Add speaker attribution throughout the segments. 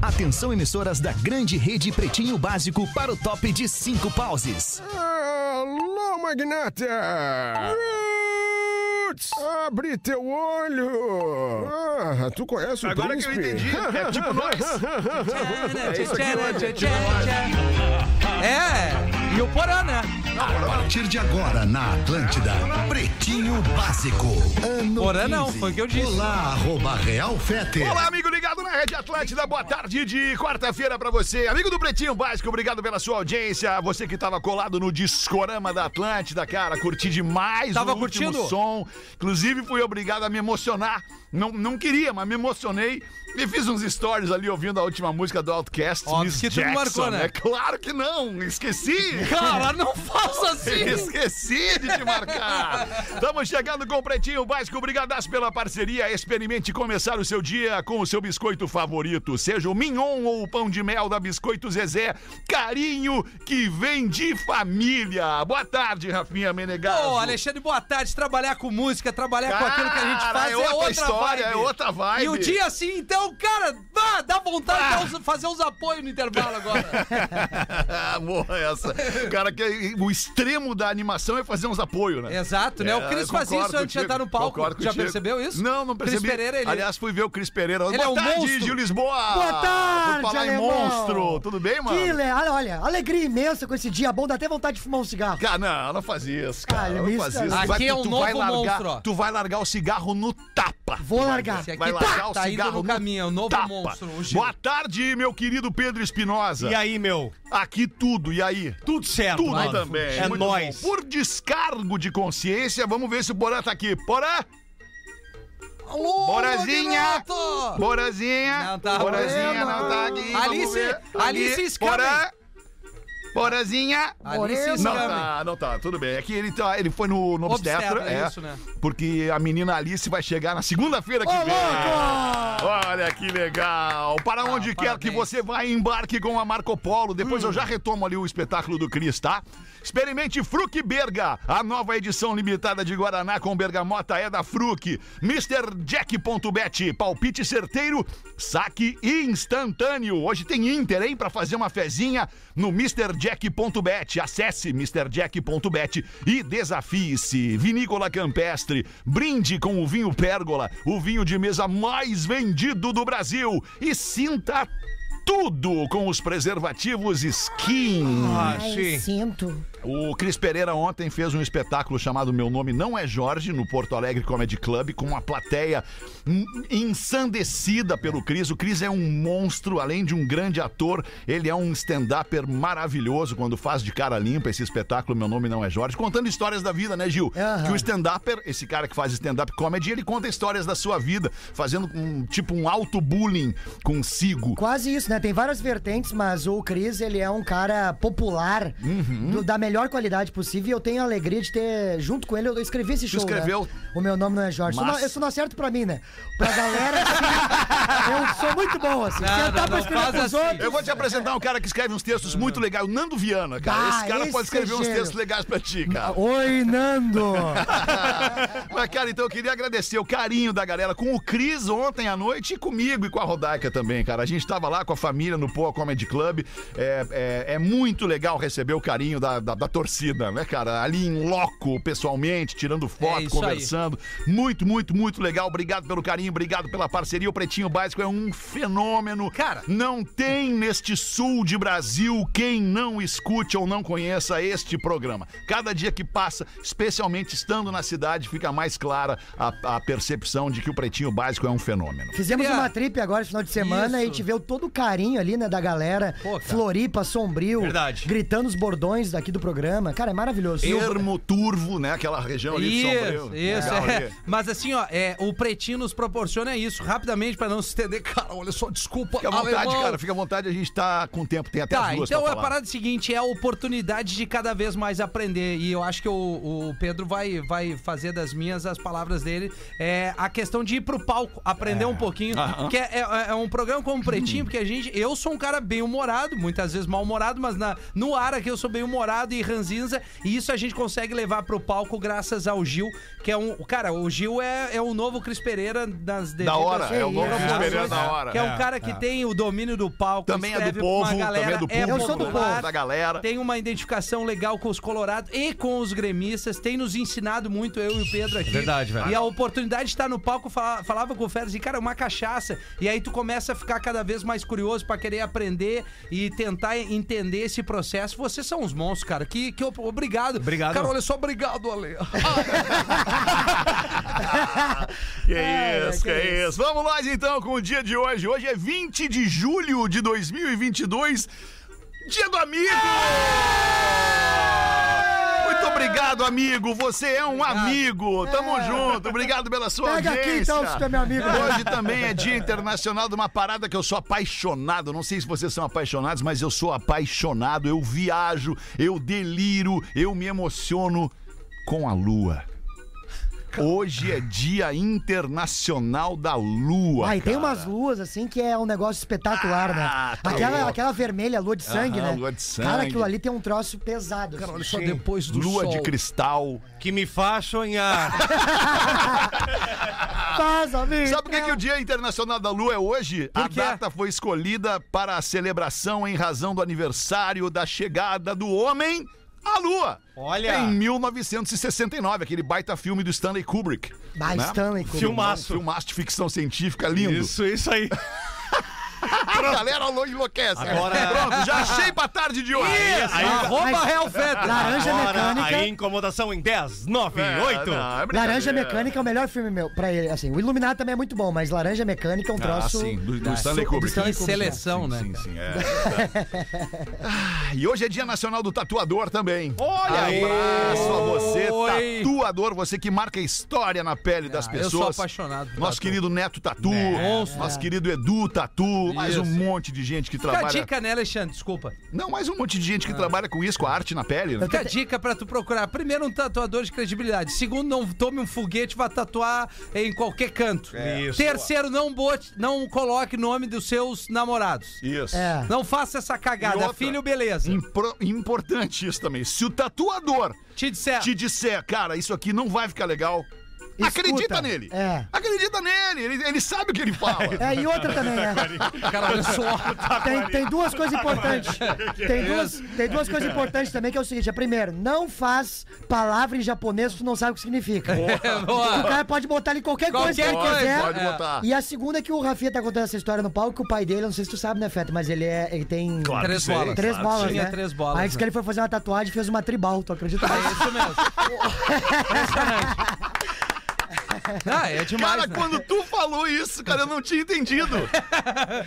Speaker 1: Atenção emissoras da grande rede Pretinho Básico para o top de cinco pauses.
Speaker 2: Alô, magnata! Roots! Abre teu olho! Ah, tu conhece o
Speaker 3: Agora que eu
Speaker 2: príncipe?
Speaker 3: entendi, é tipo nós. É isso aqui, mano.
Speaker 4: É, e o Porã, né?
Speaker 5: A partir de agora, na Atlântida, Pretinho Básico, ano
Speaker 4: Porã
Speaker 5: 15.
Speaker 4: não, foi o que eu disse.
Speaker 5: Olá, arroba Real Fete.
Speaker 3: Olá, amigo ligado na Rede Atlântida. Boa tarde de quarta-feira pra você. Amigo do Pretinho Básico, obrigado pela sua audiência. Você que tava colado no discorama da Atlântida, cara, curti demais
Speaker 4: Tava
Speaker 3: o último
Speaker 4: curtindo?
Speaker 3: som. Inclusive, fui obrigado a me emocionar. Não, não queria, mas me emocionei. E fiz uns stories ali ouvindo a última música do Outcast.
Speaker 4: Óbvio
Speaker 3: Miss
Speaker 4: que tu não marcou, né?
Speaker 3: Claro que não, esqueci.
Speaker 4: Cara, não faça assim.
Speaker 3: Esqueci de te marcar. Estamos chegando com o Pretinho Básico. Brigadaço pela parceria. Experimente começar o seu dia com o seu biscoito favorito. Seja o mignon ou o pão de mel da Biscoito Zezé. Carinho que vem de família. Boa tarde, Rafinha Menegas.
Speaker 4: Ô, Alexandre, boa tarde. Trabalhar com música, trabalhar com aquilo que a gente
Speaker 3: Cara,
Speaker 4: faz
Speaker 3: é outra história,
Speaker 4: vibe.
Speaker 3: é outra vibe.
Speaker 4: E o dia assim, então, cara, dá, dá vontade de dar uns- fazer uns apoios no intervalo agora.
Speaker 3: Boa essa. Cara, que o extremo da animação é fazer uns apoios, né?
Speaker 4: Exato, né? O Cris
Speaker 3: eu
Speaker 4: fazia isso
Speaker 3: concordo
Speaker 4: antes de entrar no
Speaker 3: contigo,
Speaker 4: palco. Já
Speaker 3: concordo contigo.
Speaker 4: percebeu isso?
Speaker 3: Não, não percebi.
Speaker 4: Cris Pereira, ele...
Speaker 3: Aliás, fui ver o Cris Pereira.
Speaker 4: Ele
Speaker 3: Boa
Speaker 4: é um
Speaker 3: tarde,
Speaker 4: monstro.
Speaker 3: Gil Lisboa!
Speaker 6: Boa tarde,
Speaker 3: Por falar em
Speaker 6: alemão.
Speaker 3: monstro. Tudo bem, mano?
Speaker 6: Que le... olha, olha, alegria imensa com esse dia bom, dá até vontade de fumar um cigarro.
Speaker 3: Cara, não, não faz isso, cara.
Speaker 6: Cara,
Speaker 3: não
Speaker 6: isso,
Speaker 3: faz
Speaker 6: cara.
Speaker 3: isso. Tu
Speaker 4: Aqui é um
Speaker 3: tu vai
Speaker 4: novo
Speaker 3: largar,
Speaker 4: monstro, ó.
Speaker 3: Tu vai largar o cigarro no tapa.
Speaker 6: Vou largar.
Speaker 4: Esse aqui
Speaker 3: Vai largar o
Speaker 4: tá indo
Speaker 3: cigarro
Speaker 4: no caminho, é o novo
Speaker 3: tapa.
Speaker 4: monstro, o Gil.
Speaker 3: Boa tarde, meu querido Pedro Espinosa.
Speaker 7: E aí, meu?
Speaker 3: Aqui tudo, e aí?
Speaker 4: Tá
Speaker 7: Tudo certo,
Speaker 3: Tudo
Speaker 7: mano.
Speaker 3: também.
Speaker 7: É
Speaker 3: Muito
Speaker 7: nóis.
Speaker 3: bom. Por descargo de consciência, vamos ver se o Borá tá aqui. Borá!
Speaker 4: Alô,
Speaker 3: Borazinha!
Speaker 4: Renato!
Speaker 3: Borazinha!
Speaker 4: Não tá
Speaker 3: Borazinha
Speaker 4: vendo.
Speaker 3: não tá aqui.
Speaker 4: Alice, Alice Scamming.
Speaker 3: Bora! Borazinha!
Speaker 4: Alice
Speaker 3: Não
Speaker 4: Scamming.
Speaker 3: tá, não tá, tudo bem. É que ele, tá, ele foi no, no obstetra,
Speaker 4: Obstetra,
Speaker 3: é,
Speaker 4: isso, né?
Speaker 3: porque a menina Alice vai chegar na segunda-feira que vem. Olha que legal! Para onde quer
Speaker 4: parabéns.
Speaker 3: que você vá, embarque com a Marco Polo. Depois eu já retomo ali o espetáculo do Cris, tá? Experimente Fruc Berga, a nova edição limitada de Guaraná com bergamota é da Fruc. MrJack.bet, palpite certeiro, saque instantâneo. Hoje tem Inter, hein? Pra fazer uma fezinha no MrJack.bet. Acesse MrJack.bet e desafie-se. Vinícola Campestre, brinde com o vinho Pérgola, o vinho de mesa mais vendido do Brasil. E sinta tudo com os preservativos Skin.
Speaker 7: Ah,
Speaker 6: Ai, sinto.
Speaker 3: O Cris Pereira ontem fez um espetáculo chamado Meu Nome Não É Jorge no Porto Alegre Comedy Club com uma plateia en- ensandecida pelo Cris. O Cris é um monstro, além de um grande ator, ele é um stand-upper maravilhoso quando faz de cara limpa esse espetáculo Meu Nome Não É Jorge, contando histórias da vida, né, Gil?
Speaker 6: Aham.
Speaker 3: Que o stand-upper, esse cara que faz stand-up comedy, ele conta histórias da sua vida, fazendo um, tipo um auto-bullying consigo.
Speaker 6: Quase isso, né? Tem várias vertentes, mas o Cris, ele é um cara popular, do- da melhor qualidade possível, e eu tenho a alegria de ter, junto com ele, eu escrevi esse show, né?
Speaker 3: escreveu?
Speaker 6: O meu nome não é Jorge. Isso
Speaker 3: Mas-
Speaker 6: não- Isso não é certo pra mim, né? Pra galera, assim, eu sou muito bom, assim.
Speaker 4: Não,
Speaker 6: Sentar
Speaker 4: não,
Speaker 6: pra
Speaker 4: não,
Speaker 6: escrever
Speaker 4: faz
Speaker 6: pros
Speaker 4: assim.
Speaker 6: outros...
Speaker 3: Eu vou te apresentar um cara que escreve uns textos muito legais, o Nando Viana, cara.
Speaker 6: Bah,
Speaker 3: esse cara
Speaker 6: esse
Speaker 3: pode escrever
Speaker 6: é
Speaker 3: uns
Speaker 6: gênio.
Speaker 3: textos legais pra ti, cara.
Speaker 6: Oi, Nando!
Speaker 3: Mas, cara, então eu queria agradecer o carinho da galera com o Cris ontem à noite e comigo e com a Rodaica também, cara. A gente tava lá com a família no Poa Comedy Club. É, é- é muito legal receber o carinho da, da- da torcida, né, cara? Ali em loco, pessoalmente, tirando foto,
Speaker 4: É isso aí.
Speaker 3: conversando. Muito, muito, muito legal. Obrigado pelo carinho, obrigado pela parceria. O Pretinho Básico é um fenômeno.
Speaker 4: Cara.
Speaker 3: não tem neste sul de Brasil quem não escute ou não conheça este programa. Cada dia que passa, especialmente estando na cidade, fica mais clara a, a percepção de que o Pretinho Básico é um fenômeno.
Speaker 6: Fizemos
Speaker 4: Queria-
Speaker 6: uma trip agora, final de semana,
Speaker 4: Isso.
Speaker 6: e a gente viu todo o carinho ali, né, da galera.
Speaker 4: Pô, cara.
Speaker 6: Floripa, Sombrio.
Speaker 7: Verdade.
Speaker 6: Gritando os bordões daqui do programa. Cara, é maravilhoso.
Speaker 3: Ermo Turvo, né? Aquela região ali de
Speaker 4: Isso,
Speaker 3: Sombrio.
Speaker 4: isso,
Speaker 3: Legal
Speaker 4: é.
Speaker 3: ali.
Speaker 4: Mas assim, ó, é, o pretinho nos proporciona isso, rapidamente, pra não se estender. Cara, olha só, desculpa.
Speaker 3: Fica à vontade,
Speaker 4: alemão.
Speaker 3: cara. Fica à vontade, a gente tá com tempo, tem até
Speaker 4: Tá,
Speaker 3: as duas
Speaker 4: então
Speaker 3: pra
Speaker 4: a
Speaker 3: falar.
Speaker 4: parada seguinte é a oportunidade de cada vez mais aprender. E eu acho que o, o Pedro vai, vai fazer das minhas as palavras dele. É a questão de ir pro palco, aprender um pouquinho. Que é, é- é um é, programa como o Pretinho, porque a gente tem. Eu sou um cara bem humorado, muitas vezes mal humorado, mas na, no ar aqui eu sou bem humorado e ranzinza. E isso a gente consegue levar pro palco graças ao Gil, que é um. Cara, o Gil é, é o novo Cris Pereira das
Speaker 3: Da hora, é o novo
Speaker 6: é,
Speaker 3: Cris Pereira
Speaker 4: proporções,
Speaker 3: da hora.
Speaker 4: Que é um cara que tem o domínio do palco.
Speaker 3: Também é do
Speaker 4: escreve pra uma
Speaker 3: povo, também é
Speaker 4: galera,
Speaker 3: do
Speaker 6: povo, Eu sou do
Speaker 4: popular,
Speaker 3: povo. da galera.
Speaker 4: Tem uma identificação legal com os colorados e com os gremistas. Tem nos ensinado muito, eu e o Pedro aqui.
Speaker 7: Verdade, velho.
Speaker 4: E a oportunidade de estar no palco, fala- falava com o Félix, e cara, é uma cachaça. E aí tu começa a ficar cada vez mais curioso pra querer aprender e tentar entender esse processo. Vocês são uns monstros, cara. Que, que op- obrigado.
Speaker 7: Obrigado.
Speaker 4: Cara, olha só, obrigado, Ale. Ah,
Speaker 3: Que
Speaker 6: É,
Speaker 3: isso, que,
Speaker 6: que
Speaker 3: isso. Vamos lá então com o dia de hoje. Hoje é 20 de julho de 2022, dia do amigo!
Speaker 6: É!
Speaker 3: Muito obrigado, amigo. Você é um amigo. Tamo junto. Obrigado pela sua
Speaker 6: Pega
Speaker 3: audiência.
Speaker 6: aqui, então, se tu é meu amigo.
Speaker 3: Hoje também é Dia Internacional de uma parada que eu sou apaixonado. Não sei se vocês são apaixonados, mas eu sou apaixonado. Eu viajo, eu deliro, eu me emociono com a lua. Hoje é Dia Internacional da Lua.
Speaker 6: Ah, e tem
Speaker 3: cara.
Speaker 6: umas luas, assim, que é um negócio espetacular,
Speaker 3: Ah,
Speaker 6: né?
Speaker 3: tá
Speaker 6: Aquela,
Speaker 3: louco.
Speaker 6: aquela vermelha, lua de sangue,
Speaker 3: Aham,
Speaker 6: né?
Speaker 3: lua de
Speaker 6: Cara,
Speaker 3: sangue.
Speaker 6: aquilo ali tem um troço pesado. assim.
Speaker 4: Olha só, depois do
Speaker 3: Lua de
Speaker 4: sol.
Speaker 3: cristal.
Speaker 7: Que me faz sonhar.
Speaker 6: Faz, amigo.
Speaker 3: Sabe por que, que o Dia Internacional da Lua é hoje? a
Speaker 4: quê?
Speaker 3: data foi escolhida para a celebração em razão do aniversário da chegada do homem à Lua.
Speaker 7: Olha.
Speaker 3: Em 1969, aquele baita filme do Stanley Kubrick.
Speaker 6: Bah,
Speaker 3: né?
Speaker 6: Stanley Kubrick.
Speaker 7: Filmaço.
Speaker 3: Filmaço de ficção científica lindo.
Speaker 7: Isso, isso aí.
Speaker 3: A galera lo- enlouquece.
Speaker 7: Agora-
Speaker 3: Pronto, já achei pra tarde de hoje.
Speaker 7: Aí,
Speaker 4: Arroba Real Fetter.
Speaker 6: Laranja
Speaker 7: agora,
Speaker 6: Mecânica.
Speaker 7: aí incomodação em 10, 9,
Speaker 3: É,
Speaker 7: 8.
Speaker 3: não, é brincadeira.
Speaker 6: Laranja Mecânica é o melhor filme meu pra ele. Assim, o Iluminado também é muito bom, mas Laranja Mecânica é um
Speaker 3: Ah,
Speaker 6: troço.
Speaker 3: sim, do, do Stanley
Speaker 6: super-
Speaker 3: Kubrick.
Speaker 6: Stanley
Speaker 4: Que seleção, né?
Speaker 3: Sim,
Speaker 4: cara?
Speaker 3: sim, é. Ah, e hoje é Dia Nacional do Tatuador também.
Speaker 7: Olha aí.
Speaker 3: Abraço a você,
Speaker 4: Oi.
Speaker 3: tatuador, você que marca a história na pele das
Speaker 4: Ah, eu
Speaker 3: pessoas.
Speaker 4: sou apaixonado por
Speaker 3: Nosso
Speaker 4: tatu.
Speaker 3: querido Neto Tatu,
Speaker 4: Neto.
Speaker 3: nosso querido Edu Tatu, mais um monte de gente que
Speaker 4: Fica a
Speaker 3: trabalha.
Speaker 4: dica, né, Alexandre? Desculpa.
Speaker 3: Não, mais um monte de gente que trabalha com isso, com a arte na pele, né?
Speaker 4: Fica a dica pra tu procurar. Primeiro, um tatuador de credibilidade. Segundo, não tome um foguete e vá tatuar em qualquer canto.
Speaker 3: É.
Speaker 7: Isso.
Speaker 4: Terceiro, não, bote, não coloque nome dos seus namorados.
Speaker 3: Isso.
Speaker 6: É.
Speaker 4: Não faça essa
Speaker 3: E
Speaker 4: cagada.
Speaker 3: outra.
Speaker 4: Filho, beleza.
Speaker 3: Impro- Importante isso também. Se o tatuador
Speaker 4: Te disser.
Speaker 3: te disser, cara, isso aqui não vai ficar legal,
Speaker 6: Escuta.
Speaker 3: acredita nele.
Speaker 6: É.
Speaker 3: Acredita nele, ele, ele sabe o que ele fala.
Speaker 6: É, e outra também, né?
Speaker 4: Cara, olha só.
Speaker 6: Tem, tem duas coisas importantes. Tem duas, tem duas coisas importantes também, que é o seguinte: a primeira, não faz palavra em japonês que tu não sabe o que significa. O
Speaker 4: Boa.
Speaker 6: cara pode botar ali qualquer, coisa que
Speaker 4: Qualquer
Speaker 6: ele
Speaker 4: coisa,
Speaker 6: quiser.
Speaker 3: Pode botar.
Speaker 6: E a segunda é que o Rafinha tá contando essa história no palco, que o pai dele, eu não sei se tu sabe, né, Feta, mas ele é. Ele tem.
Speaker 3: Claro
Speaker 4: É, Três
Speaker 3: que sei.
Speaker 4: bolas.
Speaker 6: Três bolas,
Speaker 4: Tinha
Speaker 6: né?
Speaker 4: três bolas,
Speaker 6: Aí disse
Speaker 4: né?
Speaker 6: que ele foi fazer uma tatuagem e fez uma tribal, tu acredita?
Speaker 4: É isso mesmo. Impressionante. Ah, é demais,
Speaker 3: Cara,
Speaker 4: né?
Speaker 3: quando tu falou isso, cara, eu não tinha entendido.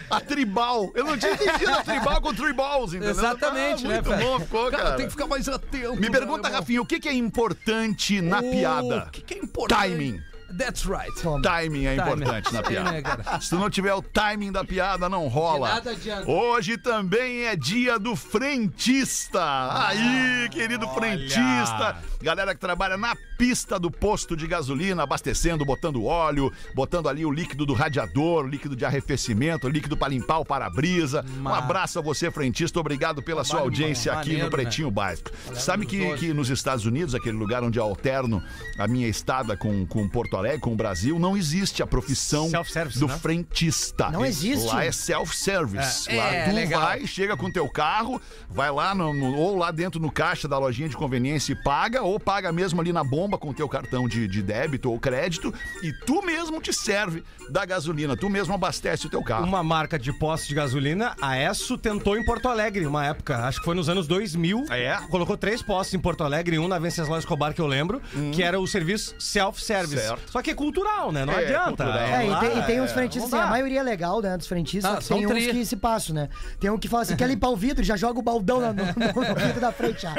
Speaker 3: A tribal. Eu não tinha entendido a tribal com tribals, entendeu?
Speaker 4: Exatamente,
Speaker 3: Ah,
Speaker 4: né,
Speaker 3: muito
Speaker 4: Fer?
Speaker 3: bom, ficou, cara.
Speaker 4: tem que ficar mais atento. né,
Speaker 3: Me pergunta, Rafinha, o que, que é importante na piada?
Speaker 4: O que, que é importante?
Speaker 3: Timing.
Speaker 4: That's right.
Speaker 6: Toma.
Speaker 3: Timing é
Speaker 4: Timing.
Speaker 3: importante na
Speaker 4: Sim, né,
Speaker 3: piada.
Speaker 4: cara?
Speaker 3: Se tu não tiver o timing da piada, não rola.
Speaker 4: De nada adianta.
Speaker 3: Hoje também é dia do frentista.
Speaker 4: Ah,
Speaker 3: Aí, querido frentista. Galera que trabalha na pista do posto de gasolina, abastecendo, botando óleo, botando ali o líquido do radiador, o líquido de arrefecimento, o líquido para limpar o para-brisa. Um
Speaker 4: Mas-
Speaker 3: abraço a você, frentista. Obrigado pela sua
Speaker 4: Trabalho
Speaker 3: audiência
Speaker 4: ma-
Speaker 3: aqui no
Speaker 4: maneiro, né?
Speaker 3: Pretinho Básico. Sabe
Speaker 4: dos
Speaker 3: que,
Speaker 4: dois.
Speaker 3: que nos Estados Unidos, aquele lugar onde eu alterno a minha estada com, com Porto Alegre, com o Brasil, não existe a profissão
Speaker 7: Self-service,
Speaker 3: do
Speaker 7: né?
Speaker 3: frentista.
Speaker 6: Não existe.
Speaker 3: Lá é self-service.
Speaker 4: um- É.
Speaker 3: Lá
Speaker 4: É,
Speaker 3: tu
Speaker 4: legal.
Speaker 3: vai, chega com teu carro, vai lá no, no- ou lá dentro no caixa da lojinha de conveniência e paga, ou paga mesmo ali na bomba com teu cartão de, de débito ou crédito, e tu mesmo te serve da gasolina, tu mesmo abastece o teu carro.
Speaker 7: Uma marca de posto de gasolina, a ESSO tentou em Porto Alegre uma época, acho que foi nos anos 2000.
Speaker 3: É?
Speaker 7: Colocou três postos em Porto Alegre, um na Venceslau Escobar, que eu lembro, que era o serviço self-service.
Speaker 3: Hum. Certo.
Speaker 7: Só que é cultural, né? Não
Speaker 3: É,
Speaker 7: adianta.
Speaker 3: cultural.
Speaker 6: É, e
Speaker 7: lá,
Speaker 6: tem, e tem
Speaker 7: é,
Speaker 6: uns frentistas,
Speaker 7: não
Speaker 6: assim, a
Speaker 7: dá.
Speaker 6: maioria é legal, né, dos frentistas,
Speaker 4: Ah,
Speaker 6: só que
Speaker 4: são
Speaker 6: tem uns
Speaker 4: tri.
Speaker 6: que se passam, né? Tem um que fala assim, quer limpar o vidro, já joga o baldão na- no, no- no vidro da frente, já.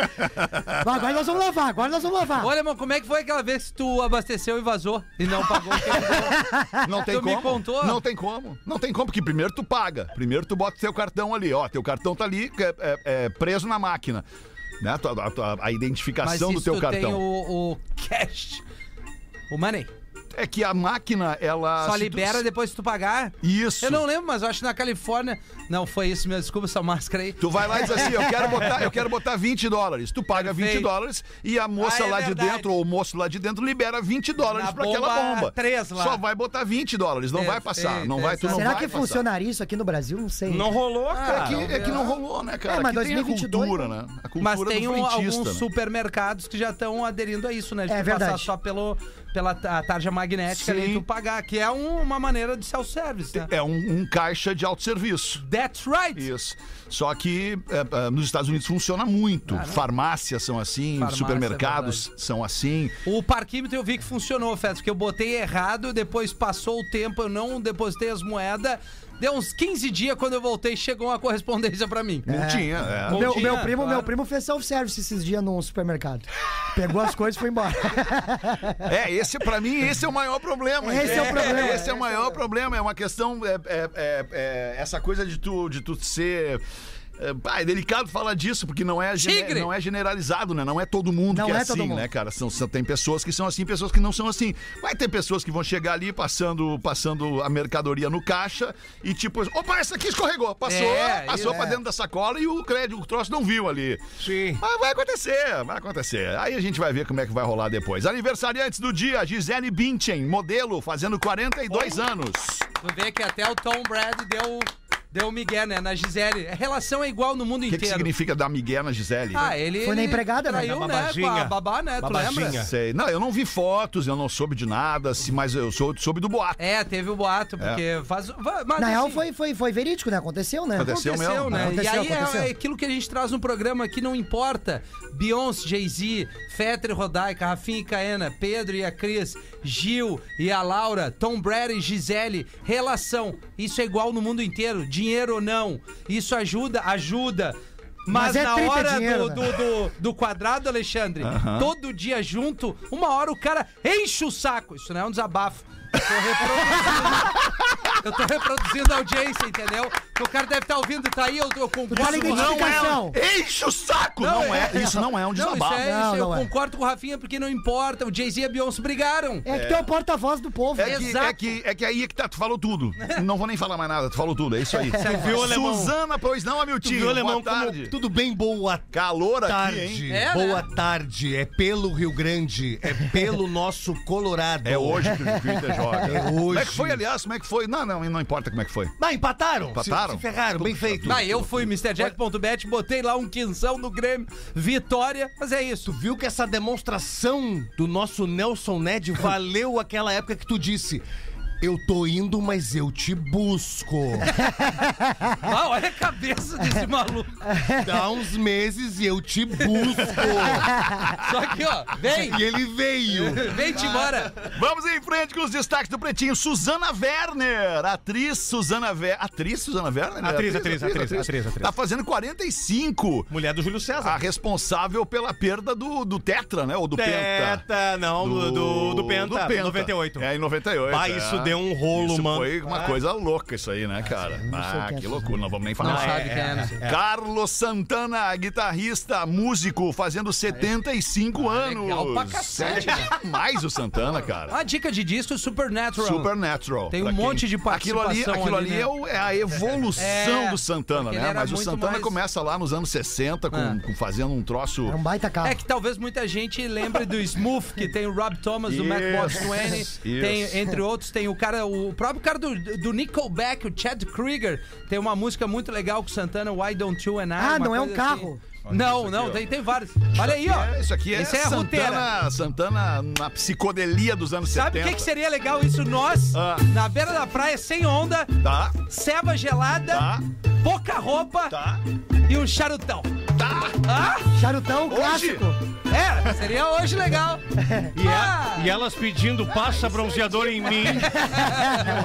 Speaker 6: Mas agora nós vamos lavar, agora nós vamos lavar.
Speaker 4: Olha, irmão, como é que foi aquela vez que tu abasteceu e vazou e não pagou? o que ele deu?
Speaker 3: Não tem
Speaker 4: Tu me
Speaker 3: como.
Speaker 4: contou?
Speaker 3: Não tem como. Não tem como, porque primeiro tu paga. Primeiro tu bota teu cartão ali. Ó, teu cartão tá ali é, é, é, preso na máquina. Né? A, tua- a tua- a
Speaker 4: Mas
Speaker 3: identificação
Speaker 4: isso
Speaker 3: do teu
Speaker 4: tu tem
Speaker 3: cartão.
Speaker 4: o, o cash. O money.
Speaker 3: É que a máquina, ela.
Speaker 4: Só
Speaker 3: Ah, se tu-
Speaker 4: libera depois que tu pagar.
Speaker 3: Isso.
Speaker 4: Eu não lembro, mas eu acho que na Califórnia. Não, foi isso mesmo. Desculpa essa máscara aí.
Speaker 3: Tu vai lá e diz assim, eu quero botar, eu quero botar 20 dólares. Tu paga 20
Speaker 4: Perfeito.
Speaker 3: dólares e a moça
Speaker 4: Ah, é
Speaker 3: lá
Speaker 4: verdade.
Speaker 3: de dentro, ou o moço lá de dentro, libera 20 dólares
Speaker 4: Na
Speaker 3: pra aquela
Speaker 4: bomba,
Speaker 3: bomba.
Speaker 4: três lá.
Speaker 3: Só vai botar 20 dólares, não vai passar. Não vai, tu não
Speaker 6: Será
Speaker 3: vai
Speaker 6: que
Speaker 3: passar.
Speaker 6: funcionaria isso aqui no Brasil? Não sei.
Speaker 7: Não rolou,
Speaker 4: Ah,
Speaker 7: cara.
Speaker 3: É que, é que não rolou, né, cara?
Speaker 6: É, mas
Speaker 3: Aqui tem
Speaker 6: 2022,
Speaker 3: a cultura, né? A cultura
Speaker 4: Mas
Speaker 3: do
Speaker 4: tem um-
Speaker 3: frentista,
Speaker 4: alguns
Speaker 3: né?
Speaker 4: supermercados que já estão aderindo a isso, né? De
Speaker 6: É
Speaker 4: tu passar
Speaker 6: verdade.
Speaker 4: só pelo, pela ta- a tarja magnética ali e
Speaker 3: Sim.
Speaker 4: tu pagar, que é um- uma maneira de self-service, né?
Speaker 3: É um, um caixa de autosserviço.
Speaker 4: That's right!
Speaker 3: Isso. Só que é, é, nos Estados Unidos funciona muito. Farmácias são assim,
Speaker 4: Farmácia, é
Speaker 3: supermercados são assim.
Speaker 4: O parquímetro eu vi que funcionou, Feto, porque eu botei errado, depois passou o tempo, eu não depositei as moedas. Deu uns 15 dias, quando eu voltei, chegou uma correspondência pra mim.
Speaker 3: Não tinha. é.
Speaker 6: Meu,
Speaker 4: Bom
Speaker 6: meu
Speaker 4: dia,
Speaker 6: primo,
Speaker 4: claro.
Speaker 6: meu primo fez self-service esses dias num supermercado. Pegou as coisas e foi embora.
Speaker 3: É, esse pra mim, esse é o maior problema.
Speaker 6: Esse é o problema.
Speaker 3: Esse é o maior problema. É uma questão. é, é, é, é, essa coisa de tu, de tu ser. É, pá, é delicado falar disso, porque não é, gene-
Speaker 4: Tigre!
Speaker 3: não é generalizado, né? Não é todo mundo
Speaker 6: Não
Speaker 3: que é,
Speaker 6: é todo
Speaker 3: assim,
Speaker 6: mundo.
Speaker 3: né, cara? São, são- tem pessoas que são assim, pessoas que não são assim. Vai ter pessoas que vão chegar ali passando, passando a mercadoria no caixa e tipo, opa, essa aqui escorregou. Passou,
Speaker 4: É,
Speaker 3: passou
Speaker 4: isso,
Speaker 3: pra
Speaker 4: é.
Speaker 3: dentro da sacola e o crédito, o troço não viu ali.
Speaker 7: Sim.
Speaker 3: Mas vai acontecer, vai acontecer. Aí a gente vai ver como é que vai rolar depois. Aniversariantes do dia, Gisele Bündchen, modelo, fazendo 42 anos.
Speaker 4: Tu vê que até o Tom Brady deu, deu migué, né? Na Gisele. A relação é igual no mundo
Speaker 3: O que,
Speaker 4: inteiro.
Speaker 3: que significa dar migué na Gisele?
Speaker 4: Ah, ele.
Speaker 6: Foi na
Speaker 4: ele
Speaker 6: empregada, né?
Speaker 4: traiu,
Speaker 7: Na
Speaker 4: né? Com a
Speaker 7: babadinha.
Speaker 4: babá, né? Tu
Speaker 7: Babadinha.
Speaker 4: lembra?
Speaker 3: Sei. Não, eu não vi fotos, eu não soube de nada, se- mas eu sou, soube do boato.
Speaker 4: É, teve o boato, porque faz. va- mas,
Speaker 6: Na real,
Speaker 4: assim,
Speaker 6: foi, foi, foi verídico, né? Aconteceu, né?
Speaker 3: Aconteceu. mesmo,
Speaker 4: Aconteceu, né?
Speaker 6: aconteceu,
Speaker 4: e aí é-
Speaker 6: aconteceu.
Speaker 4: É, aquilo que a gente traz no programa que não importa. Beyoncé, Jay-Z, Fetter e Rodaica, Rafinha e Caena, Pedro e a Cris, Gil e a Laura, Tom Brady e Gisele. Relação. Isso é igual no mundo inteiro. Dinheiro ou não. Isso ajuda? Ajuda. Mas,
Speaker 6: Mas é
Speaker 4: na
Speaker 6: trinta
Speaker 4: hora
Speaker 6: dinheiro,
Speaker 4: do,
Speaker 6: né?
Speaker 4: do, do- do quadrado, Alexandre, todo dia junto, uma hora o cara enche o saco. Isso não é um desabafo. Eu tô reproduzindo. eu tô reproduzindo a audiência, entendeu? Que o cara deve estar ouvindo, tá aí, eu, eu concordo.
Speaker 6: Vale
Speaker 3: é um-
Speaker 6: identificação.
Speaker 3: Enche o saco! Não, é, isso não é um
Speaker 4: Não,
Speaker 3: desabafo.
Speaker 4: isso é,
Speaker 6: Não,
Speaker 4: isso, eu
Speaker 6: não é.
Speaker 4: concordo com o Rafinha porque não importa. O Jay-Z e a Beyoncé brigaram.
Speaker 6: É que tu é o porta-voz do povo.
Speaker 3: É que,
Speaker 4: Exato.
Speaker 3: é, que, é que aí é que tá, tu falou tudo. Não vou nem falar mais nada, tu falou tudo, é isso aí.
Speaker 7: viu, alemão?
Speaker 3: Suzana, pois não, Amiltinho?
Speaker 7: Viu, alemão,
Speaker 3: Boa tarde.
Speaker 7: como tudo bem, boa
Speaker 3: Calor aqui, hein?
Speaker 7: tarde.
Speaker 4: É, né?
Speaker 7: Boa tarde. É pelo Rio Grande, é pelo nosso Colorado.
Speaker 3: É hoje que o Twitter joga.
Speaker 7: É hoje.
Speaker 3: Como é que foi, aliás? Como é que foi? Não, não, não importa como é que foi.
Speaker 7: Mas empataram. tá
Speaker 3: Empataram?
Speaker 7: Se, se ferraram, bem feito.
Speaker 4: Não, eu fui MrJack.bet, botei lá um quinzão no Grêmio, vitória, mas é isso.
Speaker 7: Tu viu que essa demonstração do nosso Nelson Ned valeu aquela época que tu disse... Eu tô indo, mas eu te busco.
Speaker 4: Ah, olha a cabeça desse maluco.
Speaker 7: Dá uns meses e eu te busco.
Speaker 4: Só que, ó, vem,
Speaker 7: E ele veio.
Speaker 4: vem te embora.
Speaker 3: Vamos em frente com os destaques do Pretinho. Suzana Werner, atriz Suzana Werner. Atriz Suzana Werner? né?
Speaker 7: Atriz, atriz, atriz, atriz, atriz.
Speaker 3: Tá fazendo 45.
Speaker 7: Mulher do Júlio César.
Speaker 3: A responsável pela perda do, do Tetra, né? Ou do Penta.
Speaker 7: Teta, não, do, do, do Penta, 98.
Speaker 3: É, em 98.
Speaker 7: Bah,
Speaker 3: é.
Speaker 7: isso deu um rolo,
Speaker 3: Isso
Speaker 7: mano. Ah.
Speaker 3: Foi uma coisa louca isso aí, né, cara?
Speaker 6: sei
Speaker 3: Ah,
Speaker 6: quem é
Speaker 3: que
Speaker 6: essa
Speaker 3: loucura, não vamos nem falar.
Speaker 4: Não
Speaker 3: Ah, é.
Speaker 4: sabe quem é, né?
Speaker 3: Carlos Santana, guitarrista, músico, fazendo 75 anos.
Speaker 4: Ah, legal pra cacete, né?
Speaker 3: É demais o Santana, cara.
Speaker 4: Uma dica de disco Supernatural.
Speaker 3: Supernatural.
Speaker 4: Tem um
Speaker 3: pra
Speaker 4: monte de
Speaker 3: Aquilo ali,
Speaker 4: participação
Speaker 3: aquilo ali,
Speaker 4: ali, né?
Speaker 3: é, o- é a evolução
Speaker 4: É,
Speaker 3: do Santana,
Speaker 4: porque ele
Speaker 3: né?
Speaker 4: era
Speaker 3: Mas o
Speaker 4: muito
Speaker 3: Santana
Speaker 4: mais-
Speaker 3: começa lá nos anos 60, com,
Speaker 4: É.
Speaker 3: com- fazendo um troço.
Speaker 6: É um baita carro.
Speaker 4: É que talvez muita gente lembre do Smooth, que tem o Rob Thomas, do Matchbox
Speaker 3: Isso,
Speaker 4: 20,
Speaker 3: isso.
Speaker 4: tem, entre outros, tem o cara, o próprio cara do, do Nickelback, o Chad Krieger, tem uma música muito legal com o Santana, Why Don't You and I.
Speaker 6: Ah,
Speaker 4: uma
Speaker 6: não é um
Speaker 4: coisa assim.
Speaker 6: carro.
Speaker 4: Não, não, tem, tem vários. Olha aí, ó.
Speaker 3: É, isso aqui é,
Speaker 4: Esse é a roteira.
Speaker 3: Santana, Santana na psicodelia dos anos
Speaker 4: Sabe o
Speaker 3: 70.
Speaker 4: que, que seria legal isso? Nós,
Speaker 3: Ah.
Speaker 4: na beira da praia, sem onda,
Speaker 3: Tá,
Speaker 4: ceba gelada,
Speaker 3: tá,
Speaker 4: pouca roupa
Speaker 3: tá,
Speaker 4: e um charutão.
Speaker 3: tá.
Speaker 4: Ah,
Speaker 6: Charutão
Speaker 3: Hoje?
Speaker 6: clássico.
Speaker 4: é, seria hoje legal.
Speaker 8: E,
Speaker 4: Ah.
Speaker 8: é- e elas pedindo passa bronzeador em mim.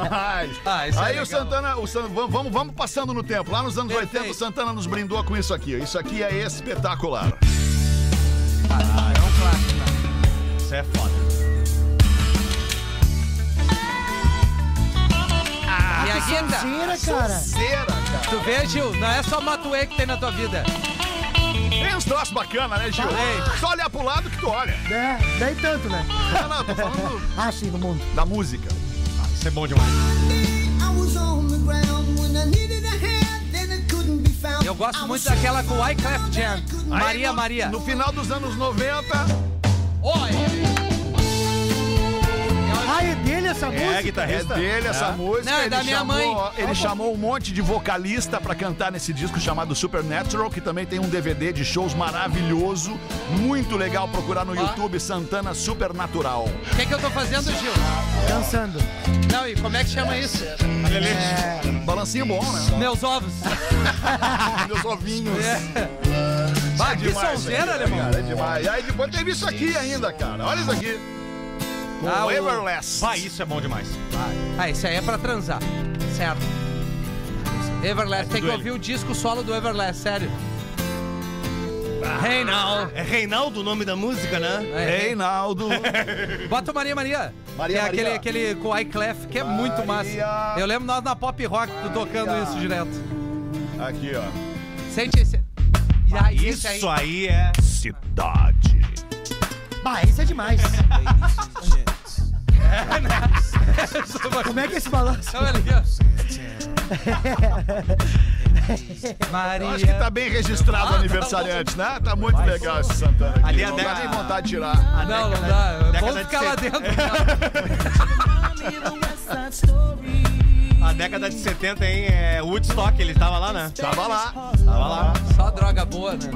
Speaker 3: Mas-
Speaker 4: Ah, isso é
Speaker 3: aí
Speaker 4: legal.
Speaker 3: o Santana, o San- vamos, vamos- vamos passando no tempo. Lá nos anos
Speaker 4: Perfeito.
Speaker 3: 80, o Santana nos brindou com isso aqui. Isso aqui é espetacular.
Speaker 7: Isso é foda.
Speaker 4: Ah, E a guinda?
Speaker 6: Tira, cara.
Speaker 3: Cera, cara.
Speaker 4: Tu vê, Gil, não é só Matuê que tem na tua vida.
Speaker 3: Tem uns troços bacana, né, Gil?
Speaker 4: Tem.
Speaker 3: Só olhar pro lado que tu olha.
Speaker 6: Né? Nem tanto, né?
Speaker 3: Não, não, tô falando
Speaker 6: Ah, sim, no mundo.
Speaker 3: da música.
Speaker 7: Isso é bom demais.
Speaker 9: I was on the ground when I needed a hand, then it couldn't be found.
Speaker 4: Eu gosto muito daquela com Wyclef Jean. Maria,
Speaker 3: no-
Speaker 4: Maria.
Speaker 3: No final dos anos 90,
Speaker 4: Oi!
Speaker 6: Ah, é dele essa música?
Speaker 3: é dele essa música.
Speaker 4: Não, é
Speaker 3: ele
Speaker 4: da minha
Speaker 3: chamou,
Speaker 4: mãe.
Speaker 3: Ele chamou um monte de vocalista pra cantar nesse disco chamado Supernatural, que também tem um DVD de shows maravilhoso. Muito legal procurar no YouTube Santana Supernatural.
Speaker 4: O que, que eu tô fazendo, Gil?
Speaker 6: Dançando.
Speaker 4: Não, e como é que chama isso?
Speaker 7: É.
Speaker 3: Balancinho bom, né?
Speaker 4: Meus ovos.
Speaker 3: Meus ovinhos. é
Speaker 4: Vai, que
Speaker 3: demais,
Speaker 4: sonzeira,
Speaker 3: cara,
Speaker 4: é um alemão.
Speaker 3: Cara, é demais. E aí depois teve isso aqui ainda, cara. Olha isso aqui. Com
Speaker 4: Ah, o-
Speaker 3: Everlast.
Speaker 8: Vai, isso é bom demais.
Speaker 4: Ah, isso aí é pra transar. Certo. Everlast, tem que
Speaker 8: Duelo.
Speaker 4: ouvir o disco solo do Everlast, sério. Hey now.
Speaker 7: É Reinaldo o nome da música, né?
Speaker 4: É,
Speaker 3: Reinaldo.
Speaker 4: Bota o Maria Maria.
Speaker 3: Maria,
Speaker 4: que é aquele,
Speaker 3: Maria.
Speaker 4: aquele com Wyclef, que é muito massa.
Speaker 3: Maria.
Speaker 4: Eu lembro nós na pop rock tu tocando isso direto.
Speaker 3: aqui, ó.
Speaker 4: Sente esse. E
Speaker 3: Ah,
Speaker 4: aí, esse aí.
Speaker 7: Isso aí é.
Speaker 3: Cidade.
Speaker 6: Bah, isso é demais. Como é que é esse balanço?
Speaker 4: Então, ali, ó.
Speaker 3: Eu acho que
Speaker 4: Maria.
Speaker 3: tá bem registrado o aniversariante, né? Tá muito legal esse Santana aqui.
Speaker 7: Ali é
Speaker 3: não
Speaker 7: da-
Speaker 3: dá nem vontade de tirar.
Speaker 4: Não, não dá. Vamos
Speaker 7: década de
Speaker 4: ficar lá dentro.
Speaker 7: A década de 70, hein? É Woodstock, ele tava lá, né?
Speaker 3: Tava lá.
Speaker 7: Tava lá.
Speaker 4: Só droga boa, né?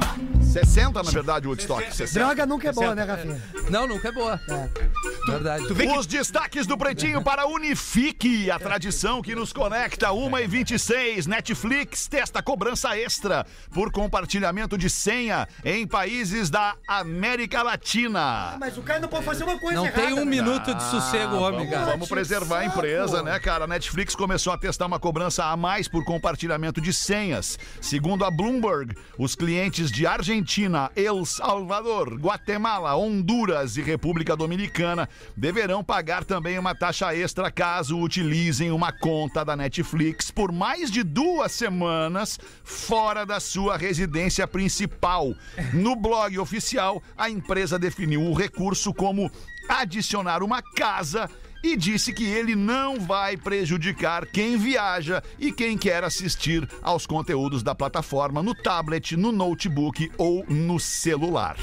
Speaker 3: 60, na verdade, o Woodstock. 60.
Speaker 6: Droga nunca é boa, né, Rafinha?
Speaker 4: Não, nunca é boa. É Verdade.
Speaker 3: Os destaques do Pretinho para a Unifique, a tradição que nos conecta. 1 e 26 Netflix testa cobrança extra por compartilhamento de senha em países da América Latina.
Speaker 6: Mas o cara não pode fazer uma coisa
Speaker 4: Não tem um
Speaker 6: né?
Speaker 4: minuto de sossego, homem,
Speaker 3: Ah, Vamos,
Speaker 4: cara.
Speaker 3: vamos preservar a empresa, né, cara? A Netflix começou a testar uma cobrança a mais por compartilhamento de senhas. Segundo a Bloomberg, os clientes de Argentina, El Salvador, Guatemala, Honduras e República Dominicana deverão pagar também uma taxa extra caso utilizem uma conta da Netflix por mais de duas semanas fora da sua residência principal. No blog oficial, a empresa definiu o recurso como adicionar uma casa e disse que ele não vai prejudicar quem viaja e quem quer assistir aos conteúdos da plataforma no tablet, no notebook ou no celular.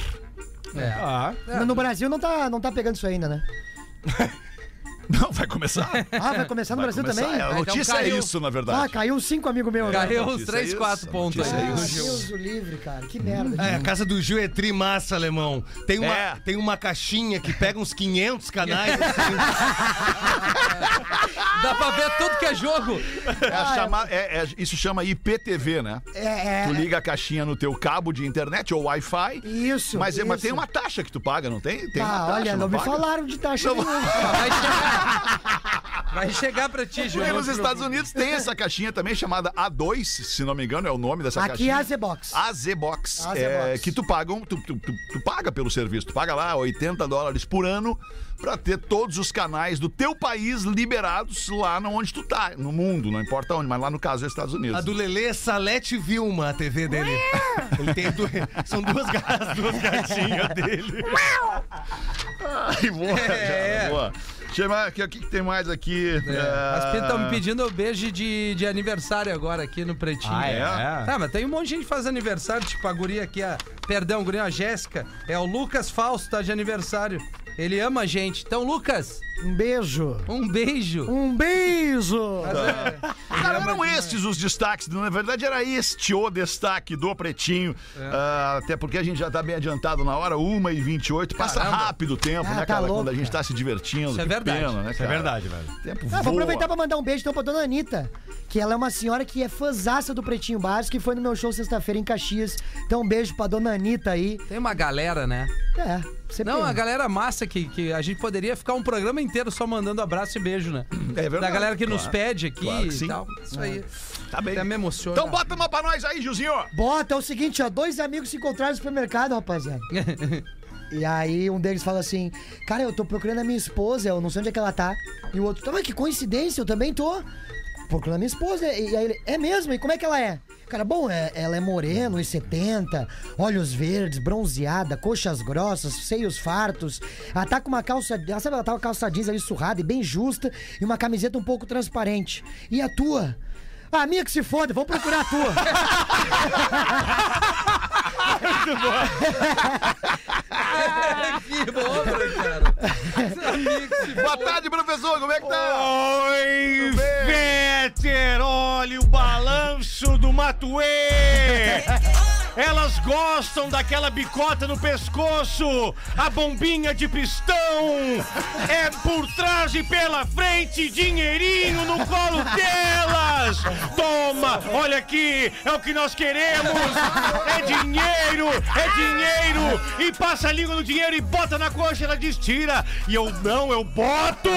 Speaker 6: Mas no Brasil não tá, não tá pegando isso ainda, né?
Speaker 3: Não, vai começar?
Speaker 6: Ah, vai começar no Brasil
Speaker 3: Começar.
Speaker 6: também?
Speaker 3: A
Speaker 4: Então
Speaker 3: notícia é
Speaker 4: caiu.
Speaker 3: isso, na
Speaker 6: Ah,
Speaker 3: verdade.
Speaker 6: caiu cinco amigos meus. né?
Speaker 4: Carreu uns
Speaker 3: Notícia
Speaker 4: 3,
Speaker 3: é
Speaker 4: 4
Speaker 3: isso,
Speaker 4: pontos
Speaker 3: notícia
Speaker 4: aí. do
Speaker 3: é isso.
Speaker 4: Gil.
Speaker 6: Deus o livre, cara. Que merda.
Speaker 7: É, a casa do Gil é trimassa, alemão. Tem uma,
Speaker 3: É.
Speaker 7: tem uma caixinha que pega uns 500 canais. assim.
Speaker 4: Dá pra ver tudo que é jogo.
Speaker 3: É a chama- é- é- isso chama IPTV, né?
Speaker 6: É,
Speaker 3: Tu
Speaker 6: é.
Speaker 3: liga a caixinha no teu cabo de internet ou Wi-Fi.
Speaker 6: Isso,
Speaker 3: Mas, é- mas
Speaker 6: isso.
Speaker 3: tem uma taxa que tu paga, não tem? Tem uma
Speaker 6: Ah,
Speaker 3: taxa,
Speaker 6: olha, não me
Speaker 3: paga?
Speaker 6: falaram de taxa
Speaker 3: Não-
Speaker 6: nenhuma.
Speaker 4: Vai chegar. Vai chegar pra ti, Gil.
Speaker 3: Porque nos Estados Unidos tem essa caixinha também chamada A2, se não me engano, é o nome dessa
Speaker 6: Aqui é
Speaker 3: caixinha.
Speaker 6: a Z-Box.
Speaker 3: A Z-Box,
Speaker 6: A
Speaker 3: é,
Speaker 6: Z-Box.
Speaker 3: que tu paga, um- tu, tu, tu, tu paga pelo serviço, tu paga lá 80 dólares por ano pra ter todos os canais do teu país liberados lá no- onde tu tá, no mundo, não importa onde, mas lá no caso é Estados Unidos.
Speaker 7: A do Lelê é Salete Vilma, a TV dele. Ele tem du- São duas, ga- as duas gatinhas dele.
Speaker 3: Ai, boa,
Speaker 4: É.
Speaker 3: cara, boa. Deixa eu ver, o que, o que que tem mais aqui?
Speaker 4: É. As pintas estão me pedindo beijo de, de aniversário agora aqui no Pretinho. Ah,
Speaker 3: é?
Speaker 4: Tá, mas tem um monte de gente que faz aniversário, tipo a guria aqui, a... Perdão, a guria, a Jéssica. É o Lucas Fausto, tá de aniversário. Ele ama a gente. Então, Lucas,
Speaker 6: Um beijo.
Speaker 4: um beijo. É.
Speaker 6: Um beijo.
Speaker 3: Cara, eram estes os destaques, na verdade era este o destaque do Pretinho,
Speaker 4: É.
Speaker 3: Ah, até porque a gente já tá bem adiantado na hora, 1h28, passa
Speaker 4: Caramba.
Speaker 3: rápido o tempo,
Speaker 6: Ah,
Speaker 3: né,
Speaker 6: tá
Speaker 3: cara,
Speaker 6: louco,
Speaker 3: quando a gente tá se divertindo,
Speaker 4: Isso é
Speaker 3: que
Speaker 4: verdade.
Speaker 3: pena, né, cara?
Speaker 7: É verdade, velho.
Speaker 3: Tempo
Speaker 6: Ah, vou
Speaker 3: voa.
Speaker 6: aproveitar pra mandar um beijo então pra dona Anitta, que ela é uma senhora que é fãzaça do Pretinho Básico e foi no meu show sexta-feira em Caxias. Então, um beijo pra dona Anitta aí.
Speaker 4: Tem uma galera, né?
Speaker 6: É, você
Speaker 4: Não,
Speaker 6: pena.
Speaker 4: a galera massa que, que a gente poderia ficar um programa inteiro só mandando abraço e beijo, né?
Speaker 3: É verdade,
Speaker 4: Da galera que nos
Speaker 3: claro.
Speaker 4: pede aqui
Speaker 3: Claro que
Speaker 4: e
Speaker 3: sim.
Speaker 4: tal. Isso aí.
Speaker 3: Tá bem.
Speaker 4: Até me emociona.
Speaker 3: Então bota uma pra nós aí, Gilzinho.
Speaker 6: Bota, é o seguinte, ó. Dois amigos se encontraram no supermercado, rapaziada. E aí um deles fala assim, cara, eu tô procurando a minha esposa, eu não sei onde é que ela tá. E o outro, tá, mas que coincidência, eu também tô procurando a minha esposa. E aí ele, é mesmo? E como é que ela é? Cara, bom, é- ela é morena, uns 70, olhos verdes, bronzeada, coxas grossas, seios fartos. Ela tá com uma calça. Ela sabe, ela tá com uma calça jeans ali surrada e bem justa e uma camiseta um pouco transparente. E a tua? Ah, a minha que se foda, vamos procurar a tua.
Speaker 4: que obra, cara.
Speaker 3: Boa tarde, professor, como é que tá?
Speaker 8: Oi, Veter, olha o balanço do Matuê! Elas gostam daquela bicota no pescoço, a bombinha de pistão, é por trás e pela frente, dinheirinho no colo delas! Toma, olha aqui, é o que nós queremos! É dinheiro, é dinheiro! E passa a língua no dinheiro e bota na coxa, ela diz: tira! E eu não, eu boto!